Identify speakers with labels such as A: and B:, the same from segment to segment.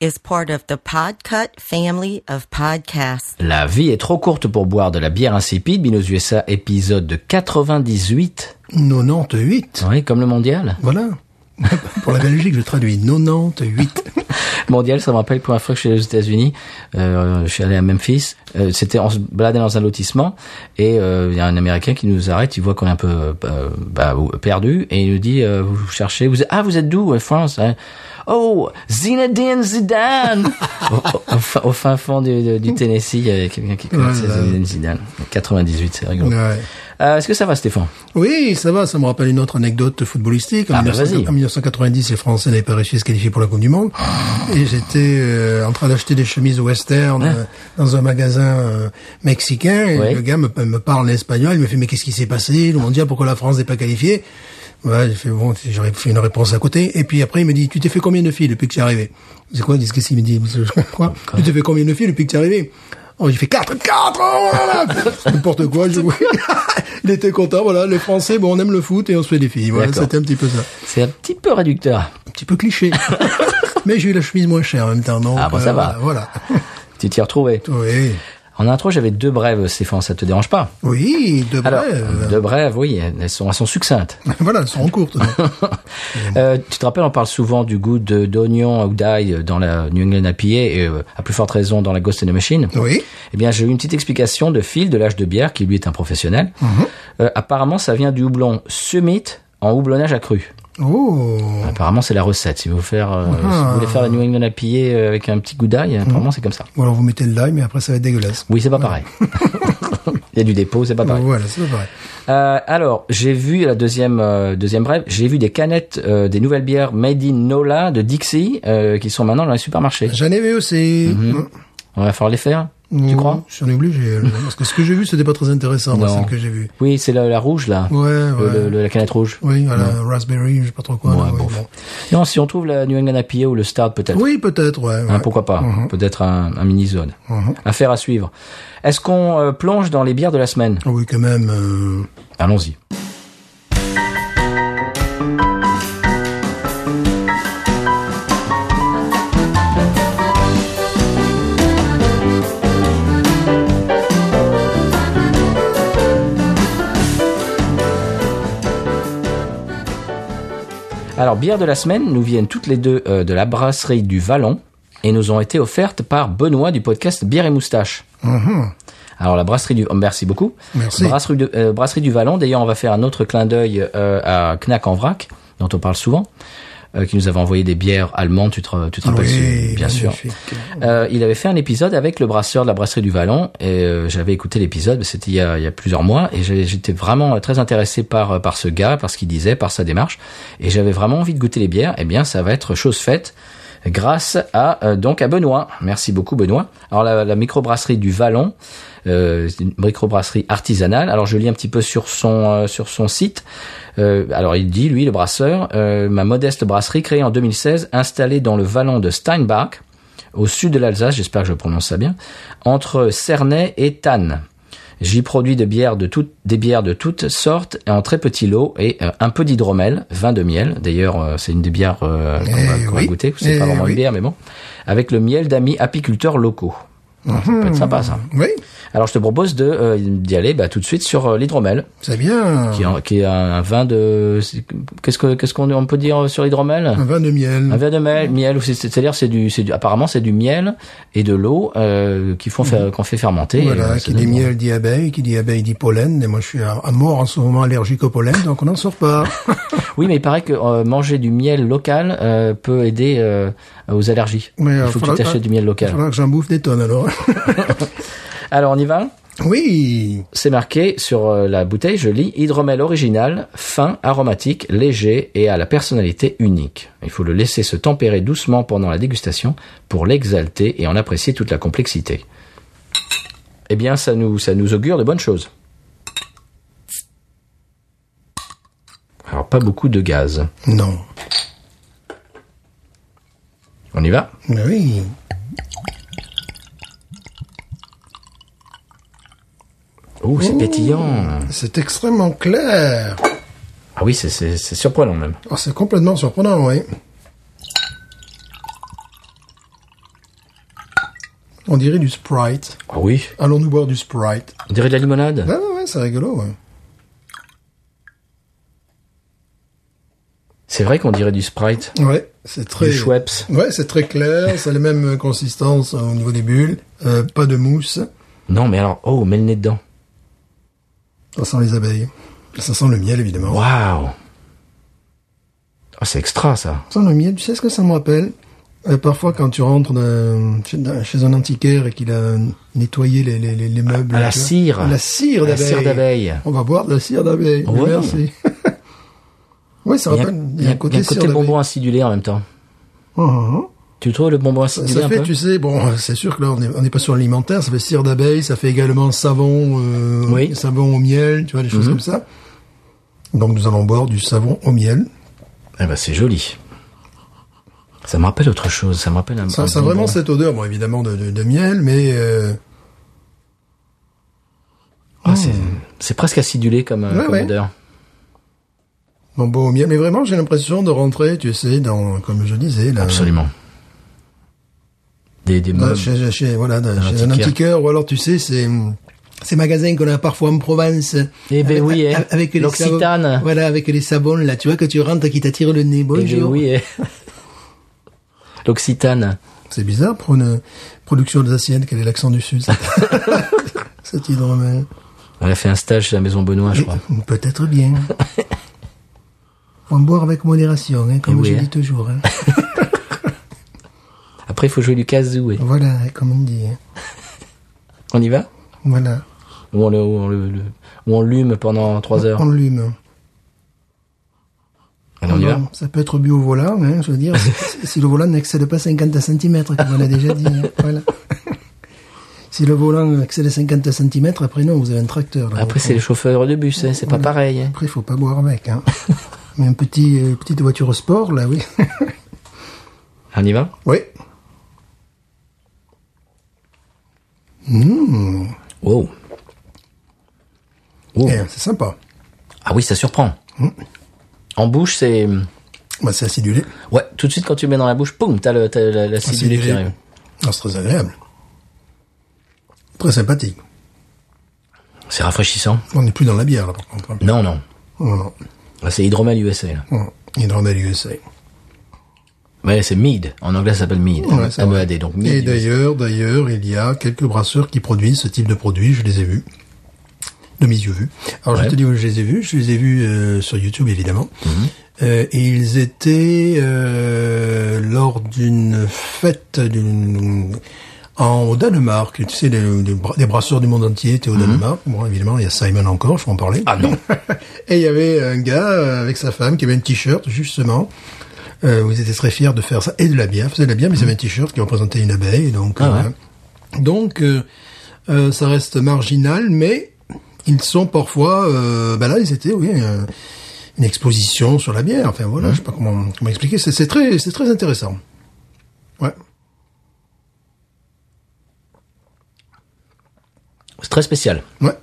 A: is part of the Podcut family of podcasts.
B: La vie est trop courte pour boire de la bière insipide. Binous USA, épisode de 98.
C: 98.
B: Oui, comme le mondial.
C: Voilà. Pour la Belgique, je traduis 98.
B: mondial, ça me rappelle pour la fois que je suis allé aux États-Unis, euh, je suis allé à Memphis, euh, c'était on se baladait dans un lotissement et euh, il y a un Américain qui nous arrête, il voit qu'on est un peu euh, bah, perdu et il nous dit euh, vous cherchez, vous ah vous êtes d'où euh, France hein? Oh Zinedine Zidane au, au fin, au fin fond du, du- du Tennessee, il y avait quelqu'un qui connaissait
C: Voilà.
B: Zinedine Zidane. 98, c'est rigolo.
C: Ouais.
B: Euh, Est-ce que ça va, Stéphane
C: Oui, ça va, ça me rappelle une autre anecdote footballistique. En,
B: Ah, bah,
C: 1900
B: vas-y.
C: en 1990, les Français n'avaient pas réussi à se qualifier pour la Coupe du Monde. Et j'étais euh, en train d'acheter des chemises western euh, dans un magasin euh, mexicain. Et
B: Hein Ouais.
C: le gars me, me parle en espagnol, il me fait « Mais qu'est-ce qui s'est passé Le mondial, ah, pourquoi la France n'est pas qualifiée ?» Ouais, j'ai fait « Bon, j'aurais fait une réponse à côté. » Et puis après, il me dit « Tu t'es fait combien de filles depuis que tu es arrivé ?» C'est quoi Qu'est-ce qu'il me dit Quoi Tu t'es fait combien de filles depuis que tu es arrivé Oh, j'ai fait 4, 4, oh là là N'importe quoi, je... Il était content, voilà. Les Français, bon, on aime le foot et on se fait des filles. Voilà,
B: D'accord.
C: c'était un petit peu ça.
B: C'est un petit peu réducteur.
C: Un petit peu cliché. Mais j'ai eu la chemise moins chère en même temps, donc... euh,
B: Ah, bon, ça va.
C: Voilà.
B: Tu t'y es retrouvé.
C: Oui,
B: En intro, j'avais deux brèves, Stéphane, ça te dérange pas
C: oui de
B: Alors,
C: brève.
B: deux brèves, oui, elles sont, elles sont succinctes.
C: Voilà, elles sont en courte. donc.
B: Euh, tu te rappelles, on parle souvent du goût de- d'oignon ou d'ail dans la New England IPA et euh, à plus forte raison dans la Ghost in the Machine.
C: oui,
B: Eh bien, j'ai eu une petite explication de Phil de l'âge de bière, qui lui est un professionnel.
C: Mhm.
B: Euh, apparemment, ça vient du houblon Summit en houblonnage accru.
C: oh...
B: Apparemment, c'est la recette. Si vous, faire, euh, si vous
C: Ah. Mhm.
B: voulez faire la New England IPA euh, avec un petit goût d'ail, apparemment, c'est comme ça.
C: Ou alors vous mettez le lime mais après ça va être dégueulasse.
B: Oui, c'est pas pareil. Il y a du dépôt, c'est pas pareil.
C: Voilà, c'est pas pareil.
B: Euh, alors, j'ai vu la deuxième euh, deuxième brève. J'ai vu des canettes euh, des nouvelles bières made in Nola de Dixie euh, qui sont maintenant dans les supermarchés.
C: J'en ai vu aussi.
B: On va falloir les faire.
C: Mmh.
B: Mm-hmm. Tu crois
C: Je suis obligé. là, Parce que ce que j'ai vu, c'était pas très intéressant, moi,
B: Non.
C: celle que j'ai vue.
B: Oui, c'est la, la rouge là.
C: Ouais,
B: Le-
C: ouais.
B: le- le- la canette rouge.
C: Oui, voilà, raspberry, je sais pas trop quoi.
B: Ouais,
C: là, oui,
B: bon.
C: bon.
B: Non, si on trouve la New England IPA ou le Stout peut-être.
C: Oui, Mm-hmm. peut-être, ouais.
B: Hein,
C: ouais. Mm-hmm.
B: pourquoi pas Peut-être un, un mini zone. Affaire à suivre. Est-ce qu'on euh, plonge dans les bières de la semaine
C: Ah Oui, quand même. euh,
B: Allons-y. Alors, bières de la semaine nous viennent toutes les deux euh, de la brasserie du Vallon et nous ont été offertes par Benoît du podcast Bière et Moustache.
C: mm-hmm.
B: Ah, Alors la brasserie du oh, merci beaucoup.
C: Merci.
B: Brasserie, de- euh, brasserie du Vallon. D'ailleurs, on va faire un autre clin d'œil euh, à Knack en vrac, dont on parle souvent, euh, qui nous avait envoyé des bières allemandes. Tu te, re- tu te rappelles
C: oui,
B: ce- bah, bien sûr.
C: magnifique.
B: Euh, il avait fait un épisode avec le brasseur de la brasserie du Vallon et euh, j'avais écouté l'épisode, c'était il, y a- il y a plusieurs mois et j'ai- j'étais vraiment euh, très intéressé par euh, par ce gars, par ce qu'il disait, par sa démarche et j'avais vraiment envie de goûter les bières. Eh bien, ça va être chose faite grâce à euh, donc à Benoît. Merci beaucoup Benoît. Alors la, la microbrasserie du Vallon, euh, c'est une microbrasserie artisanale. Alors je lis un petit peu sur son euh, sur son site. Euh, alors il dit lui le brasseur, euh, ma modeste brasserie créée en 2016, installée dans le Vallon de Steinbach au sud de l'Alsace, j'espère que je prononce ça bien, entre Cernay et Tannes. J'y produis des bières de toutes, des bières de toutes sortes en très petits lots et euh, un peu d'hydromel, vin de miel. D'ailleurs, euh, c'est une des bières euh, qu'on va,
C: Eh
B: qu'on va
C: oui.
B: goûter. C'est
C: Eh
B: pas vraiment
C: oui.
B: une bière, mais bon, avec le miel d'amis apiculteurs locaux. Donc, Ça
C: Hmm.
B: peut être sympa ça.
C: Oui,
B: Alors je te propose de euh, d'y aller bah, tout de suite sur euh, l'hydromel,
C: c'est bien.
B: qui, est un- qui est un, un vin de c'est- qu'est-ce que qu'est-ce qu'on on peut dire sur l'hydromel
C: Un vin de miel.
B: un verre de miel, miel ou c'est- c'est- c'est-à-dire c'est du, c'est du, apparemment c'est du miel et de l'eau euh, qui font faire- qu'on fait fermenter. et, euh,
C: Mm-hmm. Voilà,
B: ça
C: qui
B: donne
C: dit
B: bon.
C: miel dit abeille, qui dit abeille dit pollen, et moi je suis à, à mort en ce moment allergique au pollen, donc on n'en sort pas.
B: Oui, mais il paraît que euh, manger du miel local euh, peut aider euh, aux allergies.
C: Mais,
B: il
C: euh,
B: faut que tu
C: faudra
B: t'achètes
C: pas-
B: du miel
C: Il
B: local.
C: faudra que j'en bouffe des tonnes alors.
B: Alors on y va.
C: oui,
B: C'est marqué sur euh, la bouteille, je lis hydromel original, fin, aromatique, léger et à la personnalité unique. Il faut le laisser se tempérer doucement pendant la dégustation pour l'exalter et en apprécier toute la complexité. eh bien, ça nous, ça nous augure de bonnes choses. Alors, pas beaucoup de gaz.
C: Non.
B: On y va
C: Mais oui.
B: Oh, c'est pétillant.
C: C'est extrêmement clair.
B: Ah oui, c'est- c'est c'est surprenant même.
C: Oh, c'est complètement surprenant, oui. On dirait du Sprite.
B: Ah oui
C: Allons-nous boire du Sprite
B: On dirait de la limonade
C: Ouais, ouais, ouais, c'est rigolo, ouais.
B: C'est vrai qu'on dirait du Sprite.
C: Ouais, c'est très...
B: Du Schweppes.
C: Ouais, c'est très clair, c'est la même consistance euh, au niveau des bulles. Euh, pas de mousse.
B: Non, mais alors, oh, mets le nez dedans.
C: Ça sent les abeilles. Ça sent le miel, évidemment.
B: Waouh Ah, C'est extra, ça.
C: Ça sent le miel, tu sais ce que ça me rappelle Euh, Parfois, quand tu rentres de- chez, d'un- chez un antiquaire et qu'il a nettoyé les, les, les, les meubles...
B: À la
C: tu vois.
B: cire.
C: À La cire
B: La
C: d'abeille
B: cire d'abeille.
C: On va boire de la cire d'abeille.
B: Ouais.
C: Merci. oui, ça
B: Il y a,
C: rappelle...
B: il y a- il y a un côté
C: d'abeille.
B: bonbon acidulé en même temps.
C: Mhm.
B: Tu trouves le bonbon acidulé
C: Ça
B: un
C: fait,
B: peu
C: tu sais, bon, euh, c'est sûr que là, on n'est on n'est pas sur l'alimentaire, ça fait cire d'abeille, ça fait également savon, euh,
B: Oui. Mhm.
C: savon au miel, tu vois, des choses comme ça. Donc, nous allons boire du savon au miel.
B: Eh ben, c'est joli. Ça me rappelle autre chose. Ça me rappelle un.
C: Ça,
B: un
C: ça a
B: bonbon.
C: vraiment cette odeur, bon, évidemment, de, de, de miel, mais euh,
B: Ah, c'est- C'est presque acidulé comme, euh,
C: Ouais,
B: comme
C: ouais.
B: odeur.
C: bonbon au miel. Mais vraiment, j'ai l'impression de rentrer, tu sais, dans, comme je disais, là,
B: Absolument. Des, des
C: là,
B: meubles.
C: chez, chez- voilà, dans- chez un
B: antiquaire.
C: antiqueur, ou alors, tu sais, c'est hum, ces magasins qu'on a parfois en Provence.
B: Eh ben
C: Avec-
B: oui, eh.
C: avec, les savons-
B: L'Occitane.
C: Voilà, avec les savons, là, tu vois, que tu rentres, qui t'attire le nez.
B: Eh ben
C: Bonjour.
B: oui, eh. L'Occitane.
C: C'est bizarre pour une production alsacienne quel est l'accent du Sud. C'est hydromel.
B: Elle a fait un stage chez la Maison Benoît, je crois.
C: hein. Peut-être bien. Faut en boire avec modération, hein, comme
B: Eh oui,
C: je
B: hein.
C: dis toujours. hein.
B: Après, il faut jouer du kazoo. eh.
C: Voilà, hein, comme on dit. hein.
B: On y va
C: Voilà.
B: Ou on, le, ou on le- le- ou on l'hume pendant trois heures
C: On l'hume.
B: Allez, on y va
C: Bon, Ça peut être bu au volant, hein, je veux dire, si- si le volant n'excède pas 50 cm, comme on l'a déjà dit. hein, voilà. Si le volant excède 50 cm, après non, vous avez un tracteur. là.
B: Bah, Après, c'est les chauffeurs de bus, hein, c'est pas pareil. hein.
C: Après, il faut pas boire avec. Hein. Mais une petit, euh, petite voiture sport, là, oui.
B: On y va
C: oui.
B: Wow. Oh.
C: Eh, c'est sympa.
B: Ah oui, ça surprend.
C: Hmm.
B: En bouche, c'est...
C: Bah, c'est acidulé.
B: Ouais, tout de suite, quand tu le mets dans la bouche, poum, t'as le- t'as la- l'acidulé qui arrive.
C: Ah, c'est très agréable. Très sympathique.
B: C'est rafraîchissant
C: On n'est plus dans la bière, là, par contre. hein.
B: Non, non.
C: Non, non.
B: Là, C'est Hydromel USA, là.
C: non. Hydromel USA.
B: Ouais, c'est Mead. En anglais, ça s'appelle Mead.
C: Ouais, c'est vrai.
B: MEAD, donc
C: Et
B: Mead. USA.
C: d'ailleurs, d'ailleurs, il y a quelques brasseurs qui produisent ce type de produit. Je les ai vus. De mes yeux vus. Alors, je
B: Ouais. Mhm.
C: te dis où je les ai vus. Je les ai vus euh, sur YouTube, évidemment. Euh, et ils étaient euh, lors d'une fête d'une en, au Danemark. Tu sais, les, les bra- les brasseurs du monde entier étaient au Danemark. Bon, évidemment, il y a Simon encore, je vais en parler.
B: Mhm. Ah non
C: Et il y avait un gars euh, avec sa femme qui avait un t-shirt, justement. Euh, vous étiez très fiers de faire ça. Et de la bière. Faisait de la bière, mais ils avaient un t-shirt qui représentait une abeille. Donc,
B: Mhm. Ah ouais.
C: euh, donc euh, euh, ça reste marginal, mais ils sont parfois... Euh, bah là, ils étaient, oui... euh, une exposition sur la bière, enfin
B: Mmh.
C: voilà, je sais pas comment, comment expliquer, c'est c'est très, c'est très intéressant. Ouais.
B: C'est très spécial.
C: Ouais.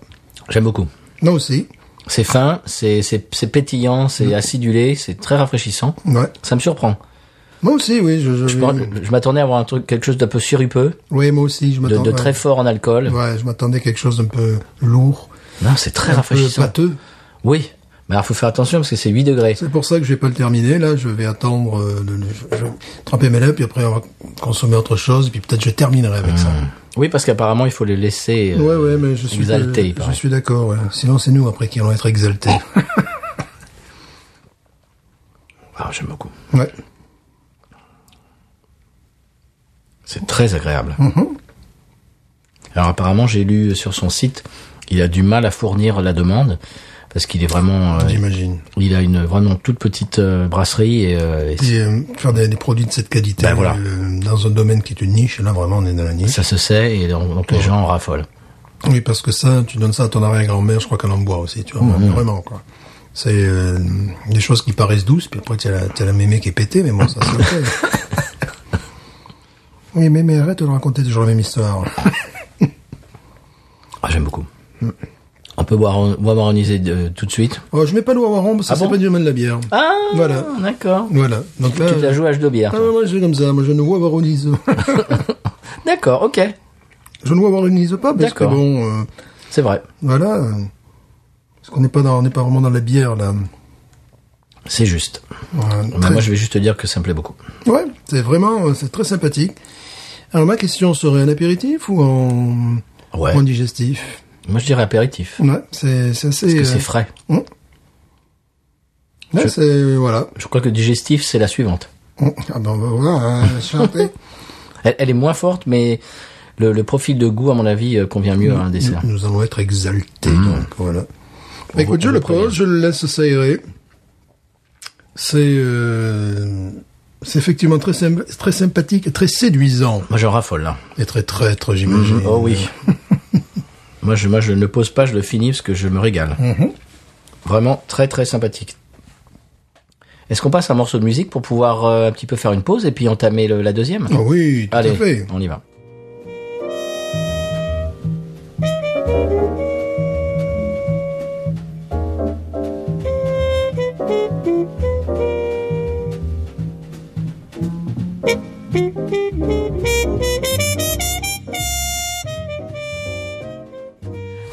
B: J'aime beaucoup.
C: Là aussi.
B: C'est fin, c'est c'est- c'est pétillant,
C: Hmm.
B: c'est acidulé, c'est très rafraîchissant.
C: Ouais.
B: Ça me surprend.
C: Moi aussi, oui. Je, je,
B: Je, pense- je m'attendais à avoir un truc, quelque chose d'un peu sirupeux,
C: Oui, moi aussi. Je
B: de,
C: m'attends-
B: de très
C: ouais.
B: fort en alcool.
C: Ouais, je m'attendais à quelque chose d'un peu lourd,
B: Non, c'est très
C: un peu
B: rafraîchissant.
C: pâteux.
B: Oui, mais alors faut faire attention parce que c'est 8 degrés.
C: C'est pour ça que je vais pas le terminer. Là, je vais attendre, euh, le- le- je, je vais tremper mes lèvres, puis après on va consommer autre chose, puis peut-être je terminerai
B: Mmh.
C: avec ça.
B: Oui, parce qu'apparemment il faut les laisser euh,
C: Ouais, ouais, mais je suis
B: exaltés. il
C: je,
B: paraît.
C: suis d'accord. ouais. Sinon, c'est nous après qui allons être exaltés.
B: Ah, j'aime beaucoup.
C: ouais.
B: C'est très agréable.
C: Mhm.
B: Alors apparemment, j'ai lu sur son site, il a du mal à fournir la demande parce qu'il est vraiment, euh,
C: J'imagine.
B: il a une vraiment toute petite euh, brasserie et, euh, et
C: Puis euh, faire des, des produits de cette qualité
B: Ben voilà.
C: euh, dans un domaine qui est une niche, là vraiment on est dans la niche.
B: ça se sait et donc, donc les gens en raffolent.
C: Oui, parce que ça, tu donnes ça à ton arrière-grand-mère, je crois qu'elle en boit aussi, tu vois.
B: Mmh.
C: Vraiment, quoi. C'est euh, des choses qui paraissent douces, puis après, t'as la, t'as la mémé qui est pétée, mais bon, ça, c'est ok. oui, mais, mais arrête de raconter toujours la même histoire.
B: Ah, j'aime beaucoup.
C: Mm.
B: On peut boire, on va baroniser de- tout de suite.
C: Oh, je mets pas l'eau à Waron, parce que
B: Ah
C: c'est
B: bon
C: pas du domaine de la bière.
B: Ah,
C: Voilà.
B: D'accord.
C: Voilà. Donc là.
B: Tu te la joues à de bière.
C: Ah, ouais, moi, je fais comme ça. Moi, je ne vois Waronise.
B: D'accord, ok.
C: je ne vois Waronise pas, parce que
B: D'accord.
C: bon, euh,
B: C'est vrai.
C: voilà. euh, Parce qu'on n'est pas dans, on n'est pas vraiment dans la bière, là.
B: C'est juste.
C: Ouais,
B: Bah,
C: très-
B: moi, je vais juste te dire que ça me plaît beaucoup.
C: Ouais, c'est vraiment, euh, c'est très sympathique. Alors ma question serait en apéritif ou en,
B: Ouais.
C: ou en digestif
B: Moi, je dirais apéritif.
C: Ouais, c'est c'est assez.
B: Parce que
C: euh,
B: c'est frais.
C: hum. Ouais,
B: Je-
C: c'est voilà.
B: Je crois que digestif, c'est la suivante.
C: Hum, Ah ben on va voir, hein, chanter.
B: Elle, elle est moins forte, mais le, le profil de goût, à mon avis, euh, convient mieux à un dessert.
C: Nous allons être exaltés
B: Hmm.
C: donc voilà. Bah, écoute, je
B: on
C: le
B: vous prévient.
C: pose, je le laisse s'aérer. C'est euh, c'est effectivement très symp- très sympathique, très séduisant
B: Moi, j'en raffole, là.
C: et très traître, j'imagine.
B: Oh oui. moi, je, moi, je ne le pose pas, je le finis parce que je me régale. Vraiment très, très sympathique. Est-ce qu'on passe un morceau de musique pour pouvoir euh, un petit peu faire une pause et puis entamer le- la deuxième
C: Ah oui, tout à
B: Allez,
C: fait.
B: on y va.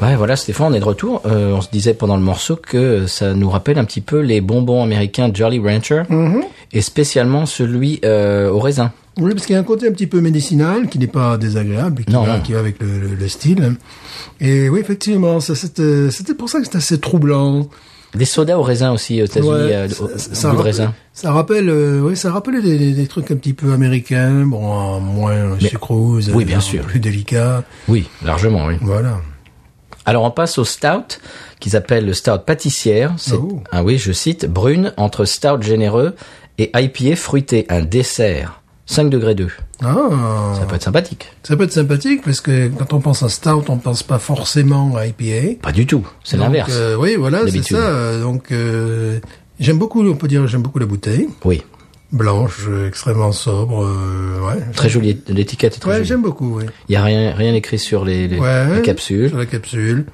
B: Ouais, voilà, Stéphane, on est de retour. Euh, on se disait pendant le morceau que ça nous rappelle un petit peu les bonbons américains Jolly Rancher,
C: Mm-hmm.
B: et spécialement celui euh, au raisin.
C: Oui, parce qu'il y a un côté un petit peu médicinal qui n'est pas désagréable, qui,
B: Non,
C: va,
B: non.
C: qui va avec le, le- le style. Et oui, effectivement, ça, c'était c'était pour ça que c'était assez troublant.
B: Des sodas au raisin aussi aux États-Unis,
C: Ouais,
B: euh, au, au goût de
C: rappelle-
B: raisin.
C: ça rappelle, euh, oui, ça rappelait des, des- des trucs un petit peu américains, bon, euh, moins sucrose, euh,
B: oui, bien sûr.
C: plus délicat,
B: Oui, largement, oui.
C: voilà.
B: Alors on passe au stout, qu'ils appellent le stout pâtissière. C'est,
C: Oh.
B: ah oui, je cite, brune entre stout généreux et IPA fruité, un dessert. 5 degrés 2.
C: Ah,
B: Ça peut être sympathique.
C: ça peut être sympathique parce que quand on pense à stout, on pense pas forcément à IPA.
B: Pas du tout, c'est
C: Donc,
B: l'inverse.
C: euh, oui, voilà, c'est
B: d'habitude.
C: ça. euh, Donc, euh, j'aime beaucoup, on peut dire, j'aime beaucoup la bouteille.
B: Oui,
C: Blanche, euh, extrêmement sobre, euh, ouais.
B: très jolie, l'étiquette est très
C: Ouais,
B: jolie.
C: j'aime beaucoup, oui.
B: Il n'y a rien, rien écrit sur les, les-
C: Ouais.
B: les capsules.
C: Sur la capsule.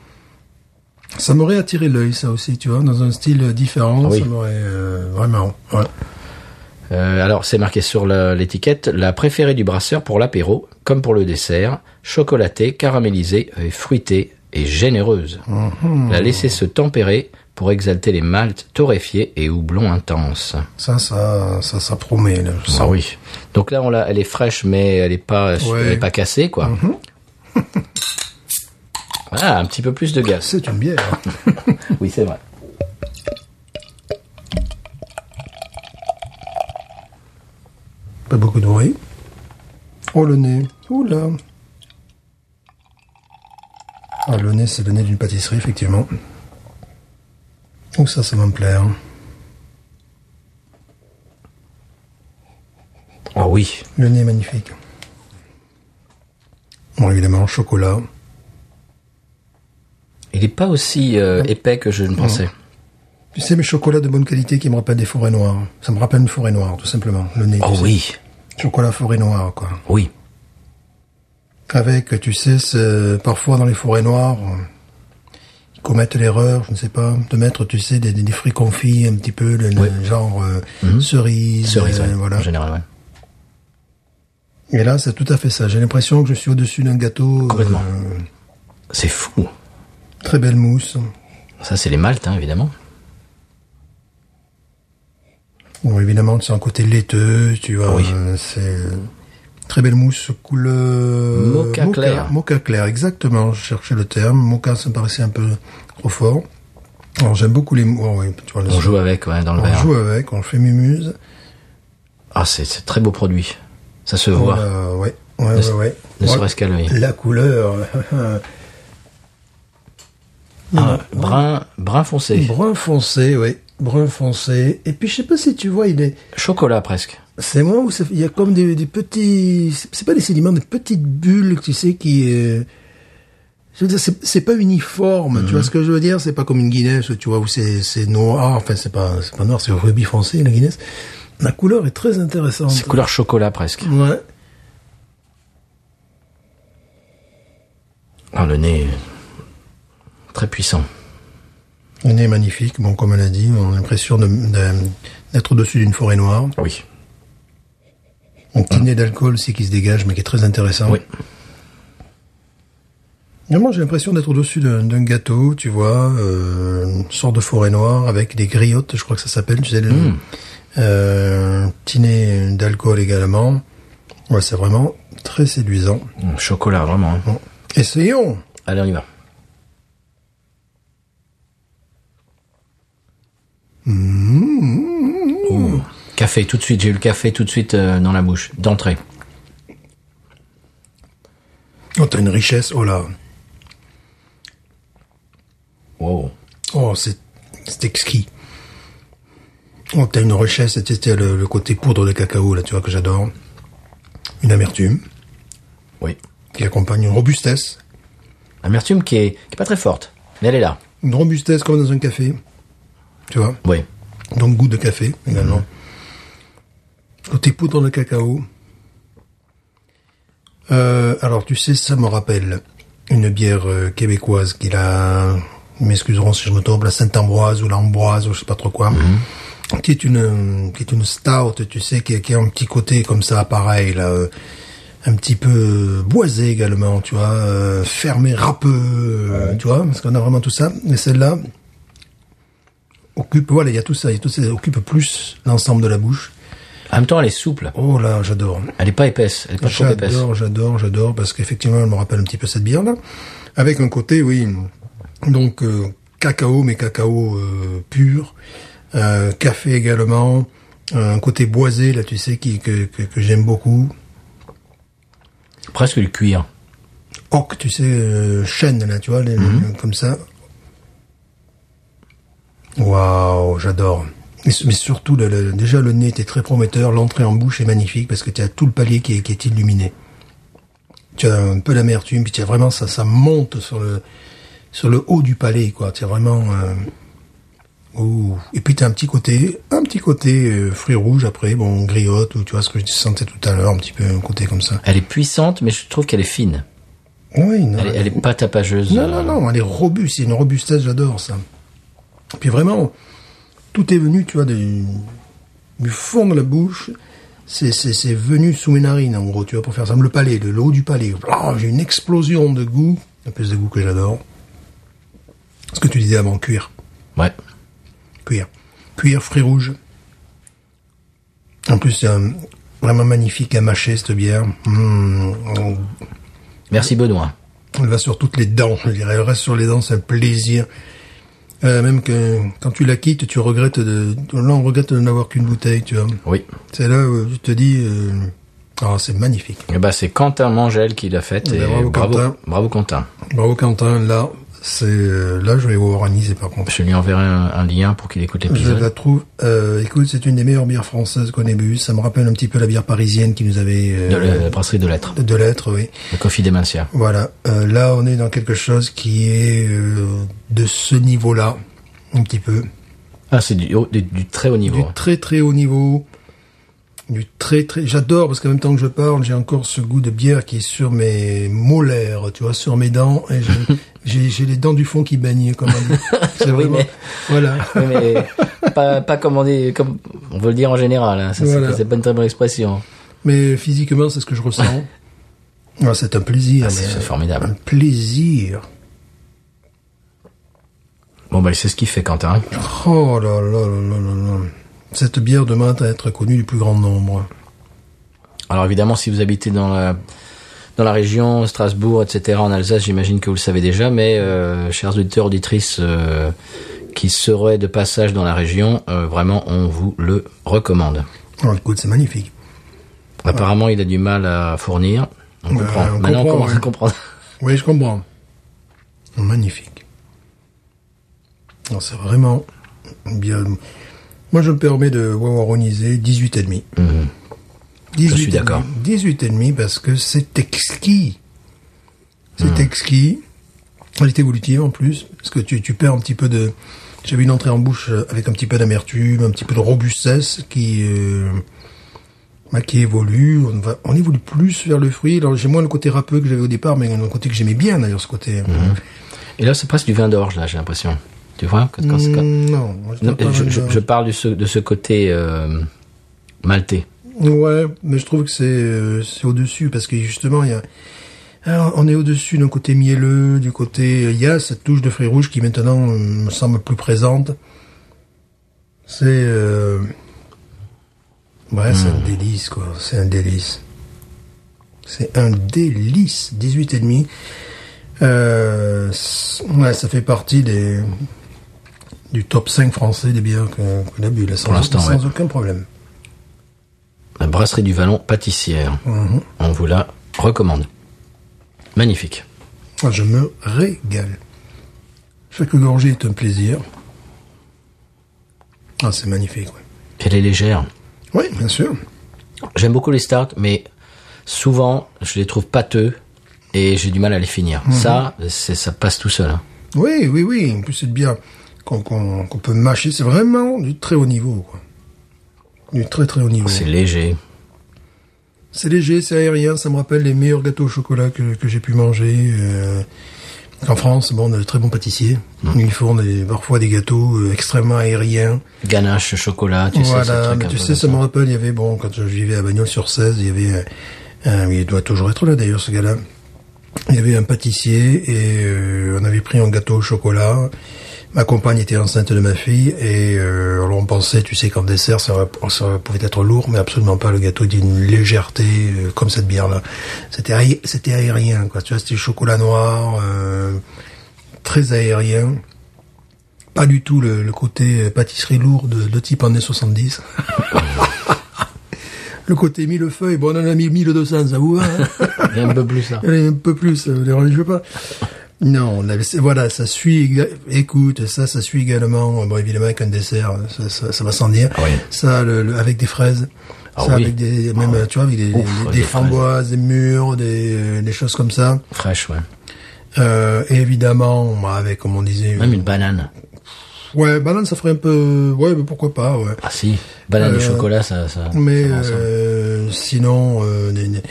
C: Ça m'aurait attiré l'œil, ça aussi, tu vois, dans un style différent.
B: Oui.
C: Ça m'aurait, euh, vraiment, ouais.
B: Euh, alors c'est marqué sur la- l'étiquette, la préférée du brasseur pour l'apéro, comme pour le dessert, chocolatée, caramélisée, et fruitée et généreuse.
C: Mhm.
B: La laisser se tempérer pour exalter les maltes torréfiés et houblons intenses.
C: Ça, ça, ça, ça promet, là, je sens.
B: Ah oui. Donc là on l'a, elle est fraîche mais elle est pas,
C: Ouais.
B: elle est pas cassée quoi. ah un petit peu plus de gaz.
C: C'est une bière.
B: Oui c'est vrai.
C: Pas beaucoup de bruit. Oh, le nez. Ouh là. Ah, le nez, c'est le nez d'une pâtisserie, effectivement. Donc ça, ça va me plaire.
B: Oh oui.
C: Le nez est magnifique. Bon, évidemment, chocolat.
B: Il est pas aussi euh, épais que je ne pensais.
C: Tu sais, mes chocolats de bonne qualité qui me rappellent des forêts noires. Ça me rappelle une forêt noire, tout simplement. Le nez. tu
B: Oh
C: sais.
B: oui.
C: Chocolat forêt noire, quoi.
B: Oui.
C: Avec, tu sais, ce- parfois dans les forêts noires, euh, ils commettent l'erreur, je ne sais pas, de mettre, tu sais, des, des- des fruits confits un petit peu, le, le genre euh, cerise.
B: Mhm. Cerise,
C: euh,
B: ouais,
C: voilà.
B: en général ouais.
C: Et là, c'est tout à fait ça. J'ai l'impression que je suis au-dessus d'un gâteau.
B: Complètement.
C: euh,
B: C'est fou.
C: très belle mousse.
B: Ça, c'est les maltes, hein, évidemment.
C: Bon, évidemment, c'est un côté laiteux, tu vois.
B: Oui.
C: euh, c'est euh, très belle mousse couleur
B: Mocha clair.
C: Mocha clair, exactement. Je cherchais le terme. Mocha, ça me paraissait un peu trop fort. Alors, j'aime beaucoup les. mou- oh, oui, tu vois, le-
B: On joue avec, ouais, dans le
C: on
B: verre.
C: joue avec, on fait mumuse.
B: Ah, c'est c'est très beau produit. Ça se voit,
C: Euh, ouais, ouais, ouais, ouais.
B: ne
C: Ouais.
B: serait-ce qu'à l'œil.
C: La couleur.
B: Ah, brun, brun foncé.
C: brun foncé, oui. Brun foncé. Et puis, je sais pas si tu vois, il est.
B: Chocolat, presque.
C: C'est moi où ça- il y a comme des, des petits, c'est pas des sédiments, des petites bulles, tu sais, qui, euh, je veux dire, c'est, c'est pas uniforme,
B: Mhm.
C: tu vois ce que je veux dire C'est pas comme une Guinness, tu vois, où c'est, c'est noir, ah, enfin c'est pas, c'est pas noir, c'est rubis foncé, la Guinness. La couleur est très intéressante.
B: C'est couleur chocolat presque.
C: Ouais.
B: Ah, le nez, euh, très puissant.
C: Le nez est magnifique, bon, comme elle a dit, on a l'impression de- de- d'être au-dessus d'une forêt noire.
B: Oui.
C: Mon petit nez d'alcool, c'est qui se dégage, mais qui est très intéressant.
B: Ah. Oui.
C: Vraiment, j'ai l'impression d'être au-dessus d'un d'un gâteau, tu vois, euh, une sorte de forêt noire avec des griottes, je crois que ça s'appelle, tu sais, le, euh, un petit nez d'alcool également. Ouais, c'est vraiment très séduisant.
B: Mm, Chocolat, vraiment. hein.
C: Bon. Essayons
B: Allez, on y va. Oh. Café, tout de suite. J'ai eu le café tout de suite euh, dans la bouche, d'entrée.
C: Oh, t'as une richesse, oh là
B: Wow.
C: Oh, c'est c'est exquis. Oh, t'as une richesse, c'était- c'était le, le côté poudre de cacao, là, tu vois, que j'adore. Une amertume
B: Oui.
C: qui accompagne une robustesse.
B: Amertume qui est, qui est pas très forte, mais elle est là.
C: Une robustesse comme dans un café, tu vois.
B: Oui.
C: Donc goût de café également. Côté poudre de cacao. Euh, alors tu sais, ça me rappelle une bière euh, québécoise qui la, ils m'excuseront si je me trompe, la Sainte-Ambroise ou l'Ambroise ou je sais pas trop quoi, qui est une euh, qui est une stout, tu sais, qui, a- qui a un petit côté comme ça, pareil là. euh, un petit peu euh, boisé également, tu vois, euh, fermé, râpeux, euh, tu vois, parce qu'on a vraiment tout ça. Mais celle-là, occupe, voilà, il y a tout ça, il y a tout ça, occupe plus l'ensemble de la bouche.
B: En même temps, elle est souple.
C: Oh là, j'adore.
B: Elle est pas épaisse. Elle est pas trop épaisse.
C: J'adore, j'adore, j'adore, parce qu'effectivement, elle me rappelle un petit peu cette bière-là. Avec un côté, oui, donc, euh, cacao, mais cacao euh, pur. Euh, café également. Un côté boisé, là, tu sais, qui, que, que, que j'aime beaucoup.
B: Presque le cuir.
C: Oc, tu sais, euh, chêne, là, tu vois, les-
B: Mhm.
C: comme ça. Waouh, j'adore. Mais, mais surtout, le- le- déjà, le nez était très prometteur, l'entrée en bouche est magnifique parce que tu as tout le palier qui est, qui est illuminé. Tu as un peu l'amertume, puis tu as vraiment ça, ça monte sur le, sur le haut du palais, quoi. Tu as vraiment, euh, ouh. Et puis tu as un petit côté, un petit côté euh, fruit rouge après, bon, griotte, ou tu vois ce que je sentais tout à l'heure, un petit peu un côté comme ça.
B: Elle est puissante, mais je trouve qu'elle est fine.
C: Oui, non,
B: Elle, est- elle est pas tapageuse.
C: non,
B: euh,
C: non, non, elle est robuste, c'est une robustesse, j'adore ça. Puis vraiment, tout est venu, tu vois, du, du fond de la bouche, c'est, c'est, c'est venu sous mes narines, en gros, tu vois, pour faire ça. Le palais, le haut du palais, Ah, j'ai une explosion de goût, un peu de goût que j'adore. Ce que tu disais avant, cuir,
B: Ouais.
C: cuir, cuir, fruits rouges. En plus, c'est un- vraiment magnifique à mâcher, cette bière. Mmh, on-
B: Merci Benoît.
C: elle va sur toutes les dents, je dirais. Elle reste sur les dents, c'est un plaisir. Euh, même que quand tu la quittes, tu regrettes de. Là, on regrette de n'avoir qu'une bouteille, tu vois.
B: Oui.
C: C'est là où tu te dis. euh, Ah, c'est magnifique.
B: Eh ben, c'est Quentin Mangel qui l'a faite.
C: Eh ben,
B: et
C: bravo,
B: bravo,
C: Quentin.
B: bravo, Quentin.
C: Bravo Quentin, là, c'est. euh, Là, je vais vous organiser par contre.
B: Je lui enverrai un, un lien pour qu'il écoute
C: Je
B: l'épisode.
C: la trouve. euh, écoute, c'est une des meilleures bières françaises qu'on ait bu. Ça me rappelle un petit peu la bière parisienne qui nous avait. euh,
B: De la, la brasserie de lettres.
C: de l'être, oui.
B: Le Coffee Dementia.
C: Voilà, euh, là on est dans quelque chose qui est euh, de ce niveau-là, un petit peu.
B: Ah, c'est du, haut- du, du très haut niveau. hein.
C: du très très haut niveau, du très très. J'adore parce qu'en même temps que je parle, j'ai encore ce goût de bière qui est sur mes molaires, tu vois, sur mes dents. Et je- j'ai j'ai les dents du fond qui baignent, comme on dit. C'est
B: Oui, mais-
C: voilà.
B: Oui, mais pas, pas comme on dit, comme on veut le dire en général. hein. Ça, c'est-
C: Voilà.
B: C'est pas une très bonne expression.
C: Mais physiquement, c'est ce que je ressens. Ah, c'est un plaisir.
B: Ah, c'est
C: mais-
B: c'est formidable.
C: Un plaisir.
B: Bon, bah, c'est ce qu'il fait, Quentin.
C: Oh là là là là là là. Cette bière demande à être connue du plus grand nombre.
B: Alors, évidemment, si vous habitez dans la, dans la région, Strasbourg, etc., en Alsace, j'imagine que vous le savez déjà, mais, euh, chers auditeurs, auditrices, euh, qui seraient de passage dans la région, euh, vraiment, on vous le recommande.
C: Oh, écoute, c'est magnifique.
B: Apparemment, il a du mal à fournir. On
C: Ouais,
B: comprend.
C: Bah, on
B: Maintenant, on
C: comprend,
B: commence à
C: ouais.
B: comprendre.
C: Oui, je comprends. Magnifique. Non, c'est vraiment bien. Moi, je me permets de wawaroniser 18 et demi.
B: Mhm. Je suis d'accord. Mhm.
C: 18 et demi parce que c'est exquis. C'est exquis. Elle est évolutive en plus, parce que tu, tu perds un petit peu de... J'avais une entrée en bouche avec un petit peu d'amertume, un petit peu de robustesse qui... euh, bah, qui évolue, on, va, on évolue plus vers le fruit. Alors j'ai moins le côté râpeux que j'avais au départ, mais un côté que j'aimais bien d'ailleurs, ce
B: Mhm.
C: côté.
B: Et là, c'est presque du vin d'orge, là, j'ai l'impression. Tu vois quand- quand- quand-
C: Mm, Non, moi, je
B: Non,
C: trouve pas
B: je,
C: mal
B: je-
C: de-
B: je parle de ce, de ce côté euh, maltais.
C: Ouais, mais je trouve que c'est euh, c'est au-dessus parce que justement il y a alors, on est au-dessus d'un côté mielleux, du côté il y a cette touche de fruits rouges qui maintenant euh, me semble plus présente. C'est euh, ouais, c'est
B: Hmm.
C: un délice quoi, c'est un délice. C'est un délice 18 et demi. Euh, c'est- ouais, ça fait partie des du top 5 français des bières qu'on qu'on a bu là, sans,
B: l'instant,
C: sans
B: ouais.
C: aucun problème.
B: La brasserie du Vallon pâtissière.
C: Mhm.
B: On vous la recommande. Magnifique.
C: Ah, Je me régale. Chaque gorgée est un plaisir. Ah, c'est magnifique, oui.
B: Elle est légère.
C: Oui, bien sûr.
B: J'aime beaucoup les starts, mais souvent, je les trouve pâteux et j'ai du mal à les finir.
C: Mhm.
B: Ça, c'est, ça passe tout seul. hein.
C: Oui, oui, oui. En plus, c'est bien qu'on qu'on- qu'on peut mâcher. C'est vraiment du très haut niveau, quoi. Du très très haut niveau.
B: C'est léger.
C: C'est léger, c'est aérien. Ça me rappelle les meilleurs gâteaux au chocolat que, que j'ai pu manger. euh, en France, bon, on a de très bons pâtissiers. Ils font des, parfois des gâteaux euh, extrêmement aériens.
B: Ganache, chocolat, Ah, tu sais, ce
C: voilà,
B: truc
C: mais
B: un
C: tu
B: peu
C: sais,
B: comme
C: ça me rappelle, il y avait, bon, quand je vivais à Bagnoles sur 16, il y avait, euh, un- il doit toujours être là d'ailleurs ce gars-là, il y avait un pâtissier et euh, on avait pris un gâteau au chocolat. Ma compagne était enceinte de ma fille et euh, alors on pensait, tu sais, qu'en dessert, ça, va- ça pouvait être lourd, mais absolument pas. Le gâteau était d'une légèreté euh, comme cette bière-là. C'était aé- c'était aérien, quoi. Tu vois, c'était chocolat noir, euh, très aérien. Pas du tout le, le côté euh, pâtisserie lourde de type années 70. le côté millefeuille, bon, on en a mis 1200, ça vous va hein
B: Il y a un peu plus ça.
C: Allez, un peu plus, euh, les religieux pas. Non, on avait- c'est- voilà, ça suit, éga- écoute, ça, ça suit également, euh, bon, évidemment, avec un dessert, euh, ça, ça, ça va sans dire.
B: Ah oui.
C: Ça, le, le- avec des fraises.
B: Ah
C: ça,
B: oui.
C: avec des,
B: Ah
C: même,
B: ouais.
C: euh, tu vois, avec des,
B: Ouf,
C: des-
B: des
C: des
B: fraises.
C: framboises, des mûres, des, euh, des choses comme ça.
B: Fraîche, ouais.
C: Euh, et évidemment, bah, avec, comme on disait,
B: Même une banane.
C: ouais, banane, ça ferait un peu, ouais, mais pourquoi pas, ouais.
B: Ah si, banane et
C: Euh,
B: chocolat, ça... ça
C: Mais
B: ça va ensemble.
C: euh, sinon, euh, des, des-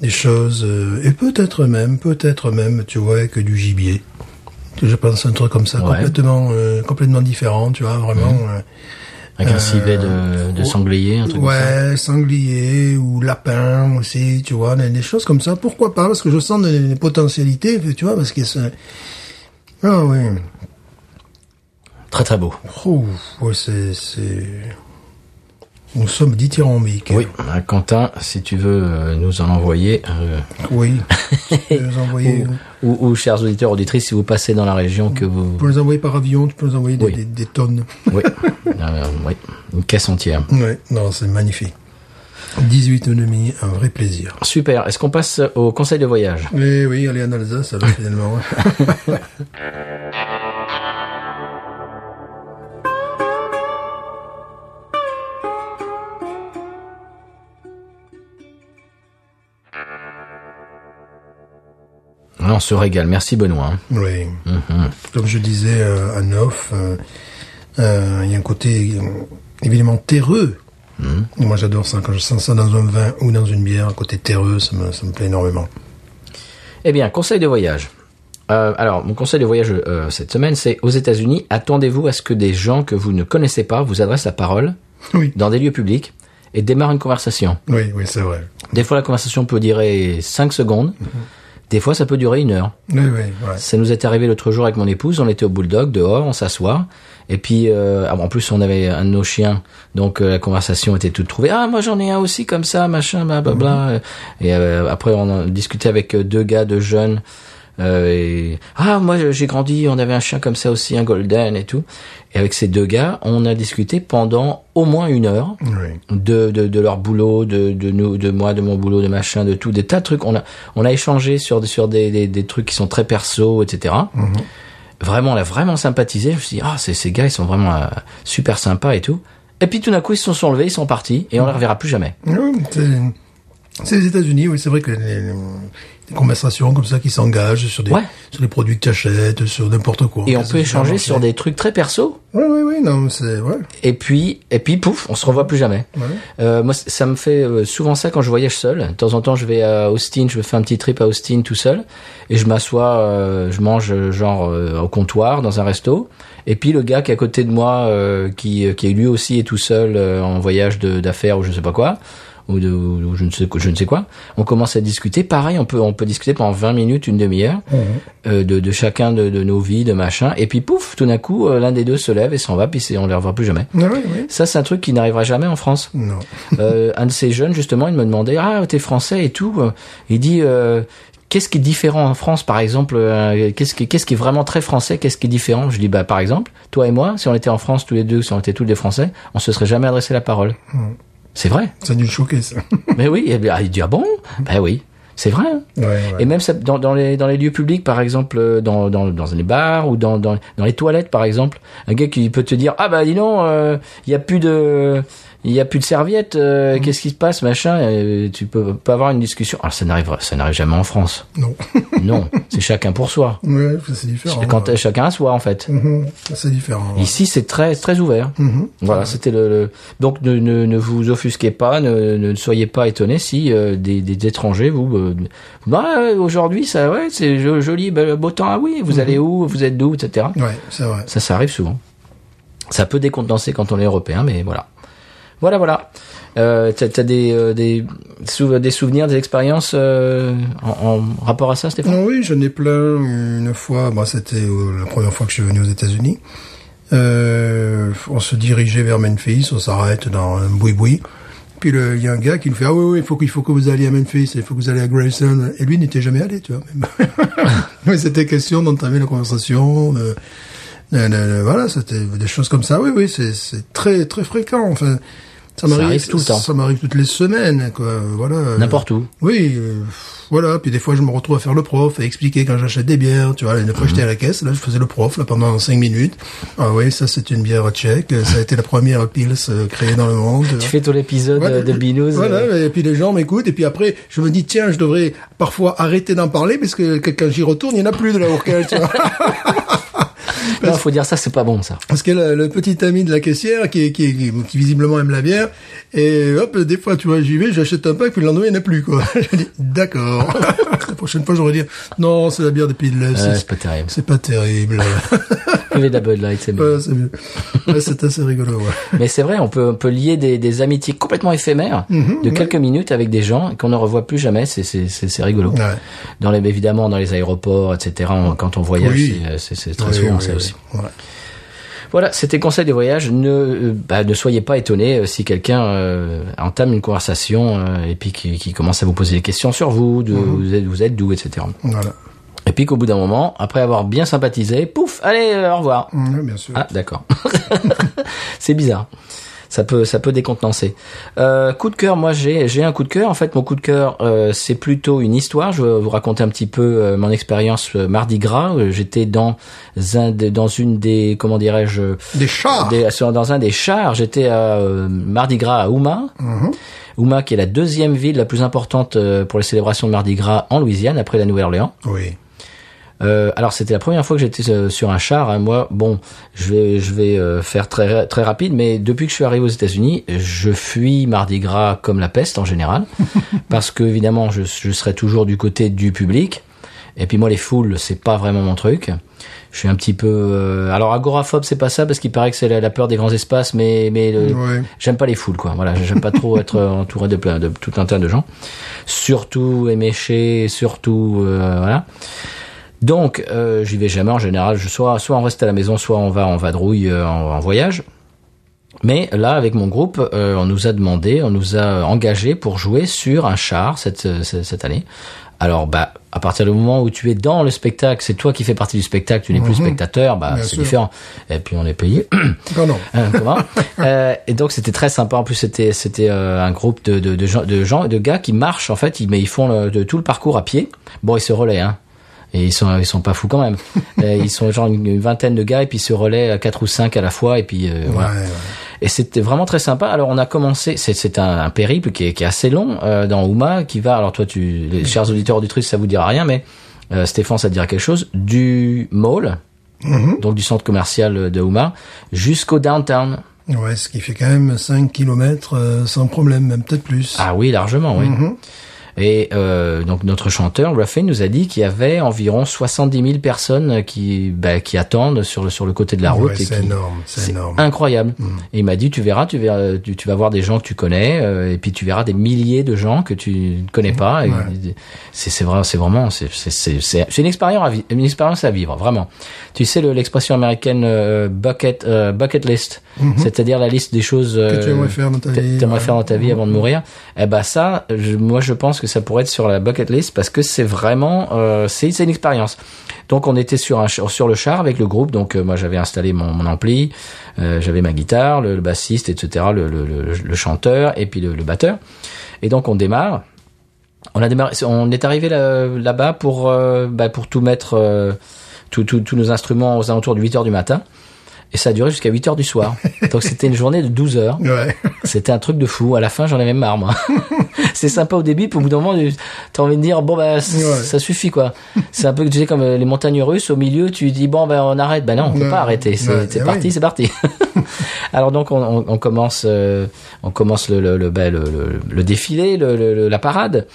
C: des choses euh, et peut-être même, peut-être même, tu vois, que du gibier. Je pense à un truc comme ça,
B: Ouais.
C: complètement, euh, complètement différent, tu vois, vraiment. euh,
B: Avec un
C: euh,
B: civet de, de
C: ouais.
B: sanglier, un truc comme ça.
C: ouais, sanglier ou lapin aussi, tu vois, des, des choses comme ça. Pourquoi pas Parce que je sens des, des potentialités, tu vois, parce que c'est... Ah oui.
B: Très très beau.
C: Oh, ouais, c'est, c'est... Nous sommes dithyrambiques.
B: Oui, Ah, Quentin, si tu veux euh, nous en envoyer, euh,
C: Oui. Je vais les envoyer.
B: ou, ou chers auditeurs, auditrices, si vous passez dans la région que vous...
C: Tu peux les envoyer par avion, tu peux les envoyer des,
B: Oui.
C: des- des tonnes.
B: Oui, Euh, oui. une caisse entière.
C: Ouais, non, c'est magnifique. 18 ennemis, un vrai plaisir.
B: Super, est-ce qu'on passe au conseil de voyage
C: Eh oui, aller en Alsace, alors finalement.
B: Ah, On se régale, merci Benoît. hein.
C: oui. Comme je disais euh, à Neuf, euh, euh, il y a un côté euh, évidemment terreux. Et Moi, j'adore ça. Quand je sens ça dans un vin ou dans une bière, un côté terreux, ça me, ça me plaît énormément.
B: Eh bien, conseil de voyage. Euh, alors, mon conseil de voyage euh, cette semaine, c'est aux États-Unis, attendez-vous à ce que des gens que vous ne connaissez pas vous adressent la parole
C: Oui.
B: dans des lieux publics et démarrent une conversation.
C: Oui, oui, c'est vrai.
B: Des fois, la conversation peut durer 5 secondes. Des fois, ça peut durer une heure.
C: Oui, oui, ouais.
B: Ça nous est arrivé l'autre jour avec mon épouse. On était au Bulldog, dehors, on s'assoit. Et puis, euh, ah bon, en plus, on avait un de nos chiens. Donc, euh, la conversation était toute trouvée. Ah, moi, j'en ai un aussi, comme ça, machin, blablabla. Et euh, après, on a discuté avec euh, deux gars, deux jeunes. Euh, et, ah, moi, j'ai grandi, on avait un chien comme ça aussi, un golden et tout. Et avec ces deux gars, on a discuté pendant au moins une heure
C: Oui.
B: de, de, de leur boulot, de, de nous, de moi, de mon boulot, de machin, de tout, des tas de trucs. On a, on a échangé sur, sur des, des, des trucs qui sont très perso, etc. Vraiment, on a vraiment sympathisé. Je me suis dit, ah, ces, ces gars, ils sont vraiment euh, super sympas et tout. Et puis tout d'un coup, ils se sont enlevés, ils sont partis, et on les reverra plus jamais.
C: Oui, c'est- C'est les États-Unis, oui, c'est vrai que les, les- les conversations comme ça qui s'engagent sur des
B: Ouais.
C: sur les produits que tu achètes, sur n'importe quoi.
B: Et on
C: Ça,
B: peut
C: ça
B: échanger
C: marche.
B: sur des trucs très perso.
C: Ouais, ouais, ouais, non, c'est ouais.
B: Et puis, et puis, pouf, on se revoit plus jamais. Euh, moi, c- ça me fait euh, souvent ça quand je voyage seul. De temps en temps, je vais à Austin, je me fais un petit trip à Austin tout seul, et je m'assois, euh, je mange euh, genre euh, au comptoir dans un resto. Et puis le gars qui est à côté de moi, euh, qui, euh, qui lui aussi est tout seul euh, en voyage de- d'affaires ou je sais pas quoi, ou, de, ou- ou je ne sais quoi- je ne sais quoi, on commence à discuter. Pareil, on peut on peut discuter pendant 20 minutes, une demi-heure euh, de, de chacun de, de nos vies, de machin. Et puis pouf, tout d'un coup, euh, l'un des deux se lève et s'en va, puis c'est- on les revoit plus jamais.
C: Ouais, ouais, ouais.
B: Ça, c'est un truc qui n'arrivera jamais en France.
C: Non.
B: Euh, un de ces jeunes, justement, il me demandait Ah, t'es français et tout. Il dit euh, Qu'est-ce qui est différent en France, par exemple euh, Qu'est-ce qui, qu'est-ce qui est vraiment très français Qu'est-ce qui est différent Je dis Bah, par exemple, toi et moi, si on était en France tous les deux, si on était tous les Français, on se serait jamais adressé la parole. C'est vrai.
C: Ça a dû le choquer, ça.
B: Mais oui. Et bien, il dit Ah bon Ben oui. C'est vrai. hein.
C: Ouais, ouais.
B: Et même ça- dans, dans, les, dans les lieux publics, par exemple, euh, dans, dans, dans les bars ou dans, dans, dans les toilettes, par exemple, un gars qui peut te dire ah bah dis donc, il y a plus de il y a plus de serviettes,
C: Mhm.
B: euh, qu'est-ce qui se passe, machin, euh, tu peux pas avoir une discussion. Alors ça n'arrive ça n'arrive jamais en France.
C: Non.
B: Non, c'est chacun pour soi.
C: ouais, c'est différent.
B: C'est quand
C: ouais.
B: chacun à soi en fait.
C: Mhm, C'est différent. hein. ouais.
B: Ici, c'est très très ouvert.
C: Mhm.
B: Voilà, c'était le, le- donc ne, ne, ne vous offusquez pas, ne, ne soyez pas étonnés si euh, des, des étrangers vous euh, bah euh, aujourd'hui ça ouais c'est jo- joli be- beau temps ah oui vous allez où vous êtes d'où etc
C: Ouais, c'est vrai.
B: ça ça arrive souvent ça peut décontenancer quand on est européen mais voilà voilà voilà euh, t'as t'as des euh, des, sou- des souvenirs des expériences euh, en, en rapport à ça Stéphane
C: Ah oui, j'en ai plein. Une fois, bah, c'était euh, la première fois que je suis venu aux États-Unis. Euh, on se dirigeait vers Memphis, on s'arrête dans un boui-boui. Puis le- il y a un gars qui nous fait ah oui oui il faut qu'il faut que vous alliez à Memphis il faut que vous alliez à Grayson et lui n'était jamais allé tu vois mais, mais c'était question d'entamer la conversation de, de- de- de- voilà c'était des choses comme ça oui oui c'est c'est très très fréquent enfin ça
B: arrive tout le temps.
C: ça m'arrive toutes les semaines quoi voilà
B: n'importe où
C: oui, euh, voilà. Puis des fois, je me retrouve à faire le prof, à expliquer quand j'achète des bières. Tu vois, une
B: Mhm.
C: fois, j'étais à la caisse. Là, je faisais le prof là pendant cinq minutes. Ah oui, ça, c'est une bière tchèque. Ça a été la première pils euh, créée dans le monde.
B: tu fais tout l'épisode
C: Voilà.
B: euh, de Binous
C: Voilà,
B: euh,
C: et puis les gens m'écoutent, et puis après, je me dis, tiens, je devrais parfois arrêter d'en parler, parce que que- quand j'y retourne, il n'y en a plus de la Urkel, tu vois.
B: non faut dire ça c'est pas bon ça
C: Parce que le, le petit ami de la caissière, qui, qui, qui, qui visiblement aime la bière, et hop, des fois, tu vois, j'y vais, j'achète un pack, puis le lendemain, il n'y en a plus, quoi. je dis, d'accord. la prochaine fois, j'aurais dit, non, c'est la bière des Pays de l'Est,
B: Ouais,
C: c'est-
B: c'est pas terrible Euh,
C: c'est pas terrible.
B: Buvez de la Bud Light c'est mieux.
C: Ouais, c'est mieux. Ouais, c'est assez rigolo, ouais.
B: Mais c'est vrai, on peut, on peut lier des, des amitiés complètement éphémères
C: Mhm,
B: de quelques minutes avec des gens qu'on ne revoit plus jamais. C'est- C'est c'est- c'est rigolo.
C: Ouais.
B: Dans les, évidemment, dans les aéroports, etc. on- quand on voyage,
C: Oui.
B: c'est- c'est c'est très
C: Oui,
B: souvent
C: oui,
B: ça
C: oui.
B: aussi.
C: Ouais.
B: Voilà, c'était conseil de voyage. Ne, euh, bah, ne soyez pas étonnés euh, si quelqu'un euh, entame une conversation euh, et puis qui, qui commence à vous poser des questions sur vous,
C: Mhm.
B: de, vous êtes, vous êtes d'où, etc.
C: Voilà.
B: Et puis qu'au bout d'un moment, après avoir bien sympathisé, pouf, allez, euh, au revoir.
C: Ouais, Mm, bien sûr.
B: Ah, d'accord. c'est bizarre. Ça peut, ça peut décontenancer. Euh, coup de cœur, moi j'ai, j'ai un coup de cœur. En fait, mon coup de cœur, euh, c'est plutôt une histoire. Je vais vous raconter un petit peu euh, mon expérience euh, mardi gras. Euh, J'étais dans un, des- dans une des, comment dirais-je,
C: Des chars!
B: des- sur- dans un des chars. J'étais à euh, Mardi Gras à Houma.
C: Mm-hmm.
B: Houma, qui est la deuxième ville la plus importante euh, pour les célébrations de Mardi Gras en Louisiane après la Nouvelle-Orléans.
C: Oui.
B: Euh, alors c'était la première fois que j'étais euh, sur un char. hein. Moi, bon, je vais, je vais euh, faire très ra- très rapide, mais depuis que je suis arrivé aux États-Unis, je fuis Mardi Gras comme la peste en général, parce que évidemment, je, je serai toujours du côté du public. Et puis moi, les foules, c'est pas vraiment mon truc. Je suis un petit peu. euh, alors agoraphobe, c'est pas ça parce qu'il paraît que c'est la, la peur des grands espaces, mais mais le-
C: Ouais.
B: J'aime pas les foules, quoi. Voilà, j'aime pas trop être euh, entouré de, plein, de tout un tas de gens. Surtout éméché, surtout euh, voilà. Donc, euh, j'y vais jamais en général. Je soit soit on reste à la maison, soit on va en vadrouille euh, en, en voyage. Mais là, avec mon groupe, euh, on nous a demandé, on nous a engagé pour jouer sur un char cette euh, cette, cette année. Alors, bah, à partir du moment où tu es dans le spectacle, c'est toi qui fais partie du spectacle, tu n'es plus spectateur, bah,
C: Mhm. Bien
B: c'est
C: sûr.
B: différent. Et puis, on est payé.
C: Non, non.
B: Euh, comment Euh, Et donc c'était très sympa. En plus c'était c'était euh, un groupe de de de gens de gens de gars qui marchent en fait. Ils mais ils font le, de, tout le parcours à pied. Bon ils se relaient hein. Et ils sont ils sont pas fous quand même. Euh, ils sont genre une, une vingtaine de gars et puis ils se relaient à quatre ou cinq à la fois et puis euh,
C: Ouais,
B: voilà.
C: ouais.
B: Et c'était vraiment très sympa. Alors on a commencé, c'est, c'est un, un périple qui est, qui est assez long euh, dans Houma, qui va, alors toi, tu, les chers auditeurs du truc, ça vous dira rien, mais euh, Stéphane, ça te dira quelque chose, du mall,
C: Mm-hmm.
B: donc du centre commercial de Houma, jusqu'au downtown.
C: Ouais, ce qui fait quand même 5 kilomètres euh, sans problème, même peut-être plus. Mm-hmm.
B: Ah oui, largement,
C: Mhm.
B: oui. Et euh, donc notre chanteur Ruffin nous a dit qu'il y avait environ 70 000 personnes qui bah, qui attendent sur le sur le côté de la route.
C: Ouais,
B: et
C: c'est
B: qui-
C: énorme, Mhm. c'est
B: c'est
C: énorme.
B: incroyable. Et il m'a dit tu verras, tu verras, tu, tu vas voir des gens que tu connais euh, et puis tu verras des milliers de gens que tu ne connais pas. Et C'est c'est vrai, c'est vraiment c'est c'est c'est c'est c'est une expérience à vi- une expérience à vivre vraiment. Tu sais le- l'expression américaine euh, bucket euh, bucket list, c'est-à-dire la liste des choses
C: Mhm. Que tu
B: euh,
C: aimerais faire dans ta
B: t'a-
C: vie,
B: t'aimerais
C: ouais.
B: faire dans ta vie avant de mourir. Eh ben ça, je- moi je pense que ça pourrait être sur la bucket list parce que c'est vraiment, euh, c'est c'est une expérience. Donc on était sur un ch- sur le char avec le groupe. Donc euh, moi j'avais installé mon, mon ampli, euh, j'avais ma guitare, le, le bassiste, etc., le, le, le, le chanteur et puis le, le batteur. Et donc on démarre. On a démarré, on est arrivé là- là-bas pour euh, bah, pour tout mettre, euh, tout- tout- tous nos instruments aux alentours de 8 heures du matin. Et ça a duré jusqu'à 8 heures du soir. Donc c'était une journée de 12 heures.
C: Ouais.
B: C'était un truc de fou. À la fin, j'en ai même marre, moi. c'est sympa au début, puis au bout d'un moment, t'as envie de dire, bon, bah, c-
C: Ouais.
B: ça suffit, quoi. C'est un peu, tu sais, comme euh, les montagnes russes, au milieu, tu dis, bon, bah, on arrête. Bah non, on peut
C: Ouais.
B: pas arrêter. C'est
C: Ouais,
B: c'est
C: eh
B: parti,
C: oui.
B: c'est parti. Alors donc, on, on- on commence, euh, on commence le, le, le, bah, le- le- le défilé, le- le- le- la parade.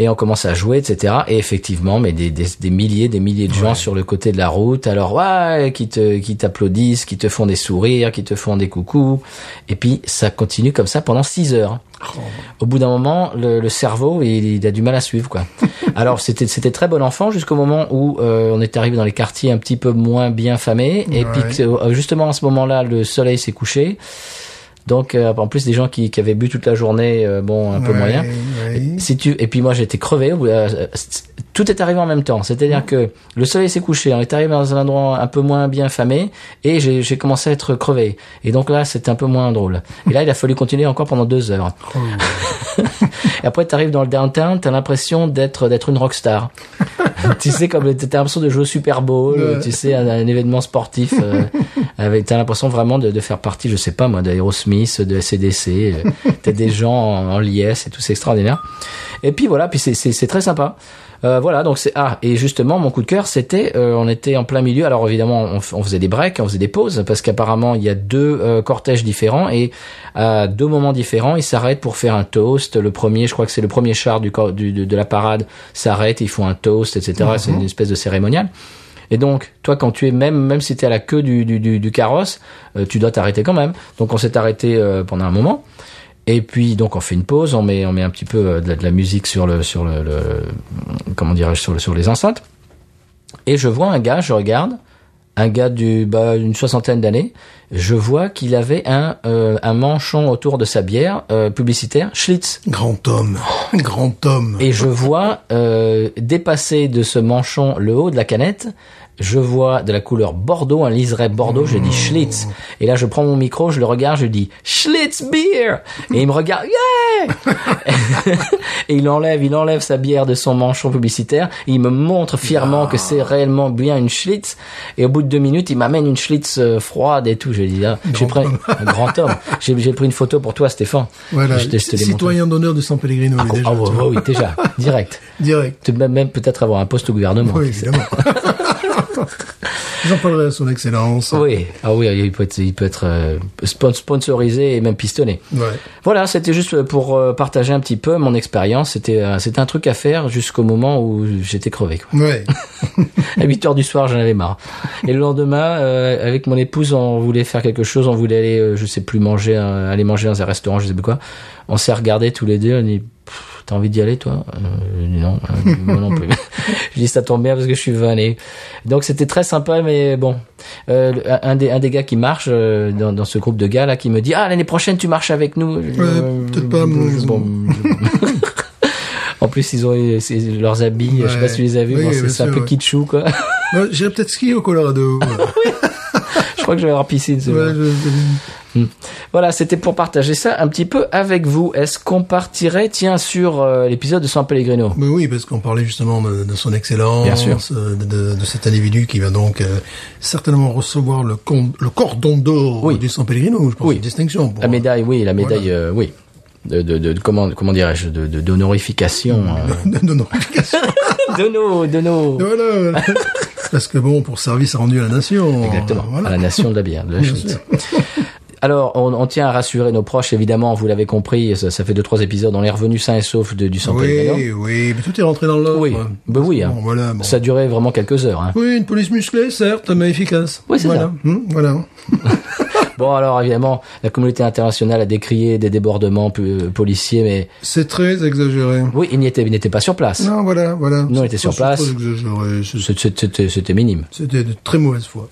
B: Et on commence à jouer, etc. Et effectivement, mais des, des, des milliers, des milliers de gens sur le côté de la route. Alors ouais, qui te, qui t'applaudissent, qui te font des sourires, qui te font des coucous. Et puis ça continue comme ça pendant 6 heures. Au bout d'un moment, le, le cerveau, il, il a du mal à suivre, quoi. Alors c'était, c'était très bon enfant jusqu'au moment où euh, on est arrivé dans les quartiers un petit peu moins bien famés. Et puis
C: Ouais.
B: que, euh, justement à ce moment-là, le soleil s'est couché. Donc euh, en plus des gens qui, qui avaient bu toute la journée, euh, bon un peu
C: Ouais,
B: moyen.
C: ouais.
B: Si tu et puis moi j'étais crevé. au bout- euh, c'est- Tout est arrivé en même temps.
C: Mm.
B: C'est-à-dire que le soleil s'est couché, on est arrivé dans un endroit un peu moins bien famé et j'ai j'ai commencé à être crevé. Et donc là c'était un peu moins drôle. Et là il a fallu continuer encore pendant deux heures. et après t'arrives dans le downtown, t'as l'impression d'être d'être une rockstar. tu sais comme t'as l'impression de jouer au Super Bowl,
C: Ouais.
B: tu sais un, un événement sportif. euh, avec t'as l'impression vraiment de, de faire partie, je sais pas moi, d'Aerosmith, de SCDC. euh, t'as des gens en, en liesse et tout, c'est extraordinaire. Et puis voilà, puis c'est- c'est c'est très sympa. Euh, voilà, donc c'est ah et justement mon coup de cœur c'était euh, on était en plein milieu. Alors évidemment on, f- on faisait des breaks, on faisait des pauses parce qu'apparemment il y a deux euh, cortèges différents et à deux moments différents ils s'arrêtent pour faire un toast. Le premier, je crois que c'est le premier char du, cor- du de, de la parade s'arrête, ils font un toast, etc. C'est une espèce de cérémonial. Et donc, toi, quand tu es même, même si tu es à la queue du, du, du, du carrosse, euh, tu dois t'arrêter quand même. Donc, on s'est arrêté euh, pendant un moment. Et puis, donc, on fait une pause, on met, on met un petit peu euh, de la, de la musique sur le, sur le, le- comment dirais-je, sur, le, sur les enceintes. Et je vois un gars, je regarde, un gars du, bah, une soixantaine d'années. Je vois qu'il avait un, euh, un manchon autour de sa bière euh, publicitaire Schlitz.
C: Grand homme, grand homme.
B: Et je vois euh, dépasser de ce manchon le haut de la canette. Je vois de la couleur bordeaux, un liseré bordeaux, je
C: Mmh.
B: dis Schlitz. Et là, je prends mon micro, je le regarde, je dis Schlitz beer. Et il me regarde, yeah! et il enlève, il enlève sa bière de son manchon publicitaire. Et il me montre fièrement que
C: Ah.
B: c'est réellement bien une Schlitz. Et au bout de deux minutes, il m'amène une Schlitz euh, froide et tout. Je dis, ah, j'ai pris un grand homme. J'ai j'ai pris une photo pour toi, Stéphane.
C: Voilà,
B: Je te- je te l'ai montré.
C: citoyen d'honneur de San Pellegrino, il est déjà,
B: Ah
C: tu
B: ouais,
C: vois.
B: ouais, oui, déjà, direct.
C: direct.
B: Tu peux même, même peut-être avoir un poste au gouvernement.
C: Oui, évidemment. J'en parlerai à son excellence.
B: Oui. Ah oui, il peut être, il peut être euh, spon- sponsorisé et même pistonné.
C: Ouais.
B: Voilà, c'était juste pour euh, partager un petit peu mon expérience. C'était, euh, c'était un truc à faire jusqu'au moment où j'étais crevé. Quoi.
C: Ouais.
B: À 8 heures du soir, j'en avais marre. Et le lendemain, euh, avec mon épouse, on voulait faire quelque chose. On voulait aller, euh, je sais plus manger, un- aller manger dans un restaurant, je sais plus quoi. On s'est regardés tous les deux. On dit, Pff, t'as envie d'y aller, toi Euh, je dis, Non, euh, moi non plus. je dis, ça tombe bien parce que je suis vanné. Donc c'était très sympa, mais bon, Euh, le- un des un des gars qui marche euh, dans, dans ce groupe de gars là, qui me dit, ah l'année prochaine tu marches avec nous. Euh,
C: peut-être pas, moi, je-
B: bon. En plus, ils ont eu- c'est- leurs habits, je sais pas
C: Ouais.
B: si tu les as vus,
C: Oui,
B: bon,
C: bien
B: c'est c'est un
C: sûr,
B: peu
C: ouais.
B: kitschou, quoi.
C: Moi, J'irai peut-être skier au Colorado. voilà.
B: Je crois que je vais avoir piscine. ce
C: Ouais,
B: jour.
C: je- je-
B: Voilà, c'était pour partager ça un petit peu avec vous. Est-ce qu'on partirait, tiens, sur euh, l'épisode de San Pellegrino
C: Mais oui, parce qu'on parlait justement de, de son excellence,
B: Bien sûr.
C: euh, De, de- de cet individu qui va donc euh, certainement recevoir le, con- le cordon d'or
B: Oui.
C: du San Pellegrino, je pense,
B: Oui.
C: une distinction. pour-
B: La médaille, oui, la
C: Voilà.
B: médaille, euh, oui. De, de, de- comment, comment dirais-je de, de- d'honorification euh,
C: de de non-application.
B: de nos de nos
C: voilà. Parce que bon, pour service rendu à la nation.
B: Exactement.
C: Voilà.
B: À la nation de la bière, de la
C: Bien
B: chute.
C: sûr.
B: Alors, on, on tient à rassurer nos proches, évidemment, vous l'avez compris, ça, ça fait deux, trois épisodes, on est revenu sain et sauf de, du San Pellegrino.
C: Oui, oui, mais tout est rentré dans l'ordre.
B: Oui, ben oui, hein.
C: Bon, voilà, bon.
B: ça durait vraiment quelques heures. Hein.
C: Oui, une police musclée, certes, mais efficace.
B: Oui, c'est
C: voilà. Hum, voilà.
B: Bon, alors, évidemment, la communauté internationale a décrié des débordements pu- policiers, mais
C: C'est très exagéré.
B: oui, il n'y était, il n'était pas sur place.
C: Non, voilà, voilà.
B: Nous, on était sur
C: C'est
B: place.
C: trop exagéré. C'est-
B: C'est- c'est- C'était c'était minime.
C: C'était de très mauvaise foi.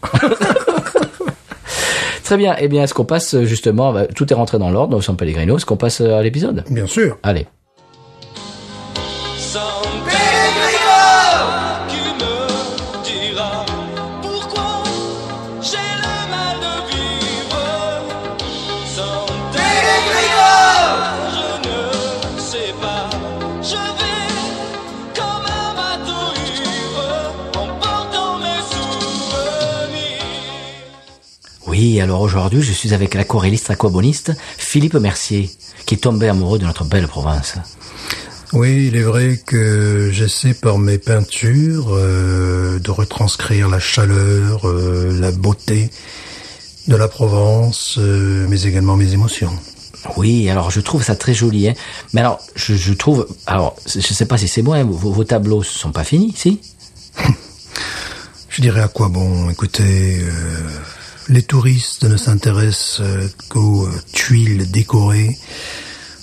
B: Très bien, eh bien, est-ce qu'on passe, justement, bah, tout est rentré dans l'ordre, au San Pellegrino, est-ce qu'on passe euh, à l'épisode
C: Bien sûr.
B: Allez.
D: San Pellegrino qui me dira pourquoi j'ai le mal de vivre. San Pellegrino, je ne sais pas, je vais comme un bateau ivre en portant mes souvenirs.
B: Oui, alors aujourd'hui, je suis avec l'aquarelliste aquaboniste Philippe Mercier, qui est tombé amoureux de notre belle province.
C: Oui, il est vrai que j'essaie par mes peintures euh, de retranscrire la chaleur, euh, la beauté de la Provence, euh, mais également mes émotions.
B: Oui, alors je trouve ça très joli. Hein. Mais alors, je, je trouve... Alors, je sais pas si c'est moi, hein, vos, vos tableaux sont pas finis, si
C: Je dirais à quoi bon Écoutez, euh, les touristes ne s'intéressent euh, qu'aux euh, tuiles décorées,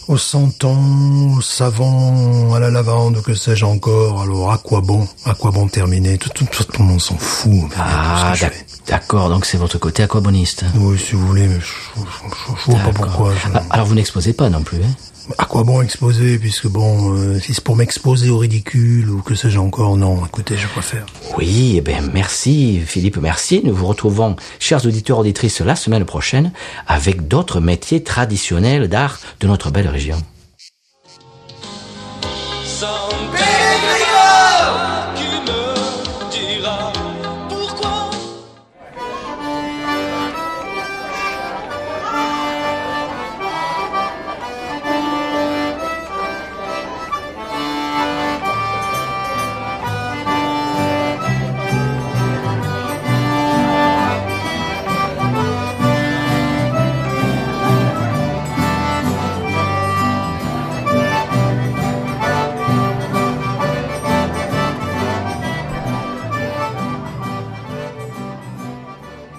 C: aux sentons, au savon, à la lavande, que sais-je encore. Alors à quoi bon À quoi bon terminer tout, tout, tout, le monde s'en fout.
B: Ah,
C: Qu'est-ce que je
B: d'ac-
C: fais
B: d'accord, donc c'est votre côté aquaboniste.
C: Oui, si vous voulez, mais je, je, je- je vois pas
B: D'accord.
C: pourquoi. je-
B: Ah, Alors, vous n'exposez pas non plus, hein
C: À quoi bon exposer Puisque bon, euh, si c'est pour m'exposer au ridicule ou que sais-je encore, non. Écoutez, je préfère.
B: Oui, eh bien, merci Philippe Mercier. Nous vous retrouvons, chers auditeurs, auditrices, la semaine prochaine avec d'autres métiers traditionnels d'art de notre belle région.
D: San Pellegrino qui me dira pourquoi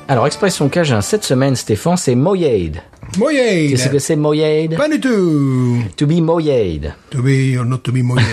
B: Alors, expression cajun, cette semaine, Stéphane, c'est moyade.
C: Moyenne
B: Qu'est-ce que c'est moyade
C: Pas du tout
B: To be moyade.
C: To be or not to be moyen.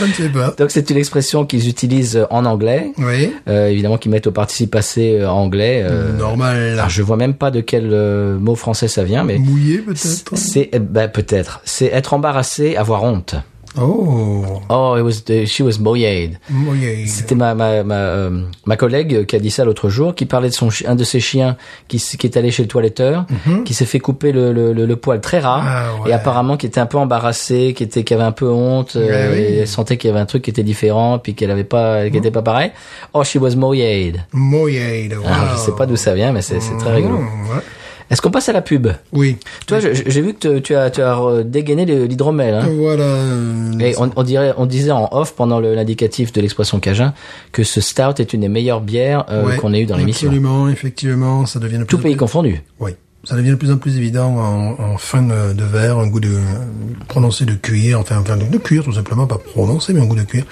C: Je ne sais pas.
B: Donc, c'est une expression qu'ils utilisent en anglais,
C: Oui.
B: euh, évidemment, qu'ils mettent au participe passé euh, anglais. euh,
C: Normal.
B: alors, je vois même pas de quel euh, mot français ça vient, mais
C: Mouillé peut-être.
B: c'est eh ben, peut-être. C'est être embarrassé, avoir honte.
C: Oh,
B: Oh, it was she was moyade.
C: moyen.
B: C'était ma ma ma, euh, ma collègue qui a dit ça l'autre jour, qui parlait de son chi- un de ses chiens qui s- qui est allé chez le toiletteur, qui s'est fait couper le le, le, le poil très rare
C: Mhm. Ah, ouais.
B: et apparemment qui était un peu embarrassée, qui était qui avait un peu honte, euh,
C: oui. Mhm.
B: et elle sentait qu'il y avait un truc qui était différent puis qu'elle avait pas qui était pas pareil. Oh, she was moyade.
C: Moyen. Wow.
B: Alors, Ah, je sais pas d'où ça vient mais c'est c'est très rigolo.
C: Mmh, ouais.
B: Est-ce qu'on passe à la pub
C: Oui.
B: Toi, je- je- j'ai vu que te- tu as tu as euh, dégainé le- l'hydromel hein.
C: Voilà. euh,
B: Et on, on dirait, on disait en off pendant le- l'indicatif de l'expression cajun que ce stout est une des meilleures bières euh,
C: ouais.
B: qu'on ait eu dans l'émission.
C: Absolument, effectivement, ça devient de plus
B: Tout
C: en
B: pays
C: plus...
B: confondu.
C: Oui. Ça devient de plus en plus évident en, en fin de, de verre, un goût de prononcé de cuir, enfin, enfin de, de cuir tout simplement, pas prononcé, mais un goût de cuir.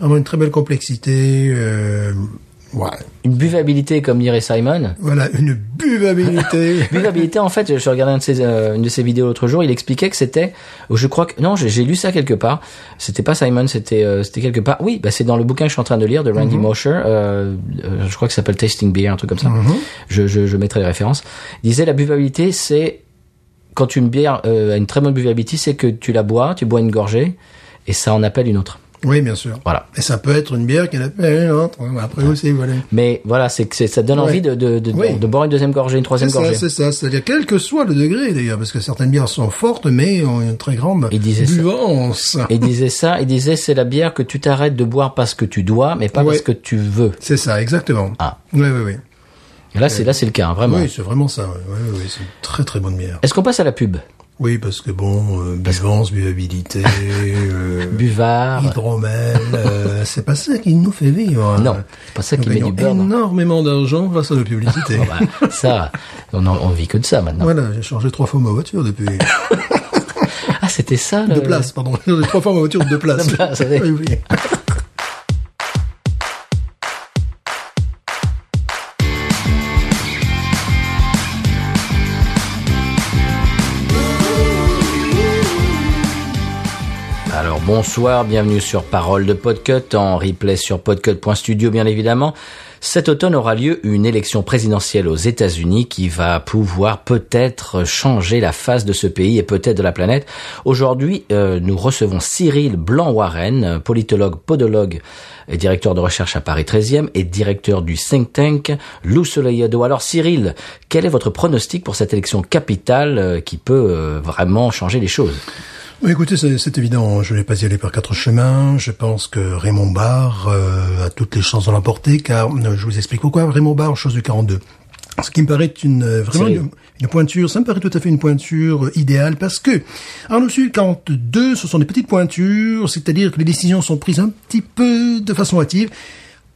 C: Vraiment une très belle complexité. Euh, ouais.
B: Une buvabilité, comme dirait Simon.
C: Voilà, une buvabilité.
B: Buvabilité, en fait, je regardais un de ses, euh, une de ses vidéos l'autre jour, il expliquait que c'était, oh, je crois que, non, j'ai j'ai lu ça quelque part. C'était pas Simon, c'était, euh, c'était quelque part. Oui, bah, c'est dans le bouquin que je suis en train de lire de
C: Mhm.
B: Randy Mosher, euh, euh, je crois que ça s'appelle Tasting Beer, un truc comme ça.
C: Mhm.
B: je, je, je mettrai les références. Il disait la buvabilité, c'est quand une bière euh, a une très bonne buvabilité, c'est que tu la bois, tu bois une gorgée, et ça en appelle une autre.
C: Oui, bien sûr.
B: Voilà.
C: Et ça peut être une bière qu'elle appelle, hein, après aussi, voilà.
B: Mais voilà, c'est que c'est- ça donne
C: Ouais.
B: envie de, de, de,
C: Oui.
B: de boire une deuxième gorgée, une
C: C'est
B: troisième
C: ça,
B: gorgée.
C: c'est ça. C'est-à-dire, quel que soit le degré, d'ailleurs, parce que certaines bières sont fortes, mais ont une très grande
B: Il disait ça.
C: buvance.
B: Il disait ça, il disait c'est la bière que tu t'arrêtes de boire parce que tu dois, mais pas
C: Ouais.
B: parce que tu veux.
C: C'est ça, exactement.
B: Ah.
C: Oui, oui, oui.
B: Et là, c'est là, c'est le cas, hein, vraiment.
C: Oui, c'est vraiment ça. Oui, oui, oui, c'est une très très bonne bière.
B: Est-ce qu'on passe à la pub
C: Oui, parce que bon, euh, buvance, buvabilité, euh,
B: Buvard.
C: hydromel, euh, c'est pas ça qui nous fait vivre. hein.
B: Non, c'est pas ça
C: Nous
B: qui met du
C: gagnons
B: beurre. dans-
C: énormément d'argent grâce à la publicité.
B: Bah, ça, on, en- on vit que de ça maintenant.
C: Voilà, j'ai changé trois fois ma voiture depuis.
B: Euh.
C: De
B: Ah, c'était ça le...
C: place, pardon. J'ai changé trois fois ma voiture de place.
B: De place, oui.
C: oui, oui.
B: Alors bonsoir, bienvenue sur Parole de Podcut, en replay sur podcut.studio bien évidemment. Cet automne aura lieu une élection présidentielle aux États-Unis qui va pouvoir peut-être changer la face de ce pays et peut-être de la planète. Aujourd'hui, euh, nous recevons Cyril Blanc-Warren, politologue, podologue et directeur de recherche à Paris 13e et directeur du think tank Lou Soleido. Alors Cyril, quel est votre pronostic pour cette élection capitale euh, qui peut euh, vraiment changer les choses
C: Oui, écoutez, c'est c'est évident, je ne vais pas y aller par quatre chemins. Je pense que Raymond Barre euh, a toutes les chances de l'emporter, car euh, je vous explique pourquoi. Raymond Barre, chose du 42. Ce qui me paraît une euh, vraiment
B: Cyril.
C: une, une pointure, ça me paraît tout à fait une pointure euh, idéale parce que Arnaud Sud 42, ce sont des petites pointures, c'est-à-dire que les décisions sont prises un petit peu de façon hâtive.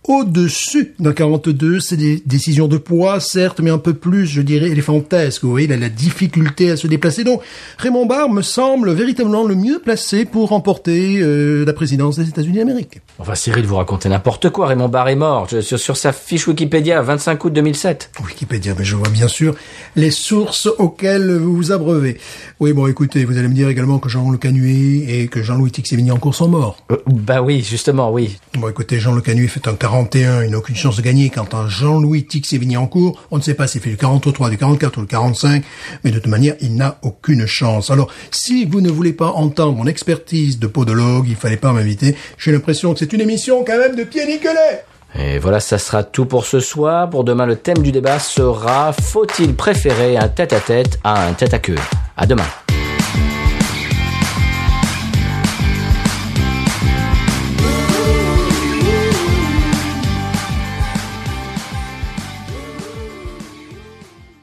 C: Au-dessus d'un 42, c'est des décisions de poids, certes, mais un peu plus, je dirais, éléphantesque. Vous voyez, il a la difficulté à se déplacer. Donc, Raymond Barre me semble véritablement le mieux placé pour remporter euh, la présidence des États-Unis d'Amérique.
B: Enfin, Cyril, vous racontez n'importe quoi. Raymond Barre est mort. Je- sur, sur sa fiche Wikipédia, 25 août 2007.
C: Wikipédia, mais je vois bien sûr les sources auxquelles vous vous abreuvez. Oui, bon, écoutez, vous allez me dire également que Jean Le Canuet et que Jean-Louis Tixévignan-Court sont morts.
B: Euh, bah oui, justement, oui.
C: Bon, écoutez, Jean Le Canuet fait un 41, il n'a aucune chance de gagner. Quant à Jean-Louis Tixévignan-Court, on ne sait pas s'il fait du 43, du 44 ou du 45, mais de toute manière, il n'a aucune chance. Alors, si vous ne voulez pas entendre mon expertise de podologue, il fallait pas m'inviter. J'ai l'impression que c'est une émission quand même de pied Nicolet
B: Et voilà, ça sera tout pour ce soir. Pour demain, le thème du débat sera faut-il préférer un tête-à-tête à un tête-à-queue À demain.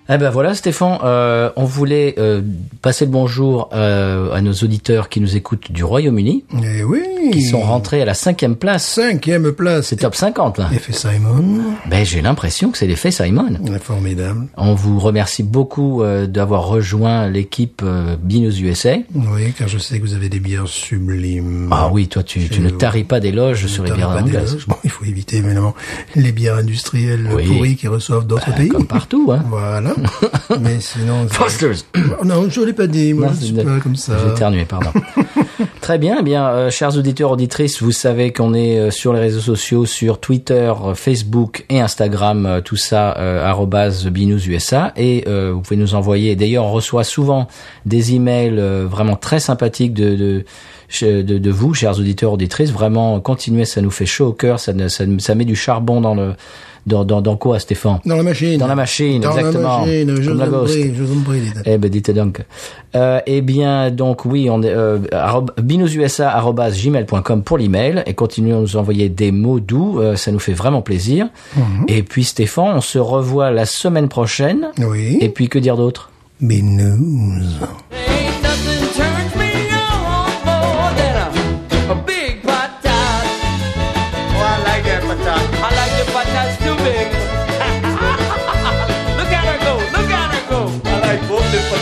B: Eh ben voilà Stéphane, euh, on voulait euh, passer le bonjour euh, à nos auditeurs qui nous écoutent du Royaume-Uni,
C: Eh oui
B: qui sont rentrés à la cinquième place.
C: Cinquième place,
B: C'est top 50 là.
C: Effet Simon,
B: Ben j'ai l'impression que c'est l'effet Simon.
C: formidable.
B: On vous remercie beaucoup euh, d'avoir rejoint l'équipe euh, Binous USA.
C: Oui, car je sais que vous avez des bières sublimes.
B: Ah oui, toi tu, tu ne taris pas d'éloges sur les
C: Notamment
B: bières
C: pas des
B: anglaises.
C: loges. Bon, il faut éviter évidemment les bières industrielles
B: Oui.
C: pourries qui reçoivent d'autres pays.
B: Comme partout, hein.
C: Voilà. Mais sinon. c'est-
B: Foster's.
C: Non, je l'ai pas dit. Moi,
B: Non,
C: je
B: c'est
C: suis
B: une-
C: pas comme ça.
B: J'ai éternué, pardon. Très bien, eh bien, euh, chers auditeurs, auditrices, vous savez qu'on est euh, sur les réseaux sociaux, sur Twitter, euh, Facebook et Instagram, euh, tout ça, euh, arrobase binoususa. Et euh, vous pouvez nous envoyer, d'ailleurs, on reçoit souvent des emails euh, vraiment très sympathiques de, de, che- de, de vous, chers auditeurs, auditrices. Vraiment, continuez, ça nous fait chaud au cœur, ça, ne- ça, ne- ça met du charbon dans le... Dans, dans, dans quoi, Stéphane
C: Dans la machine.
B: Dans la machine,
C: Dans la
B: exactement.
C: machine, je
B: Comme
C: vous
B: la
C: en
B: Ghost.
C: prie, je vous en prie, les dames.
B: Eh ben, dites donc. Euh, eh bien, donc, oui, on est, euh, arrob- binoususa@gmail.com pour l'email et continuez à nous envoyer des mots doux, euh, ça nous fait vraiment plaisir. Et puis, Stéphane, on se revoit la semaine prochaine.
C: Oui.
B: Et puis, que dire d'autre?
C: Mais news.
E: Ain't nothing turns me on more than a, a big patat. Oh, I like that patat. I like the patats too big. look at her go, look at her go. I like both the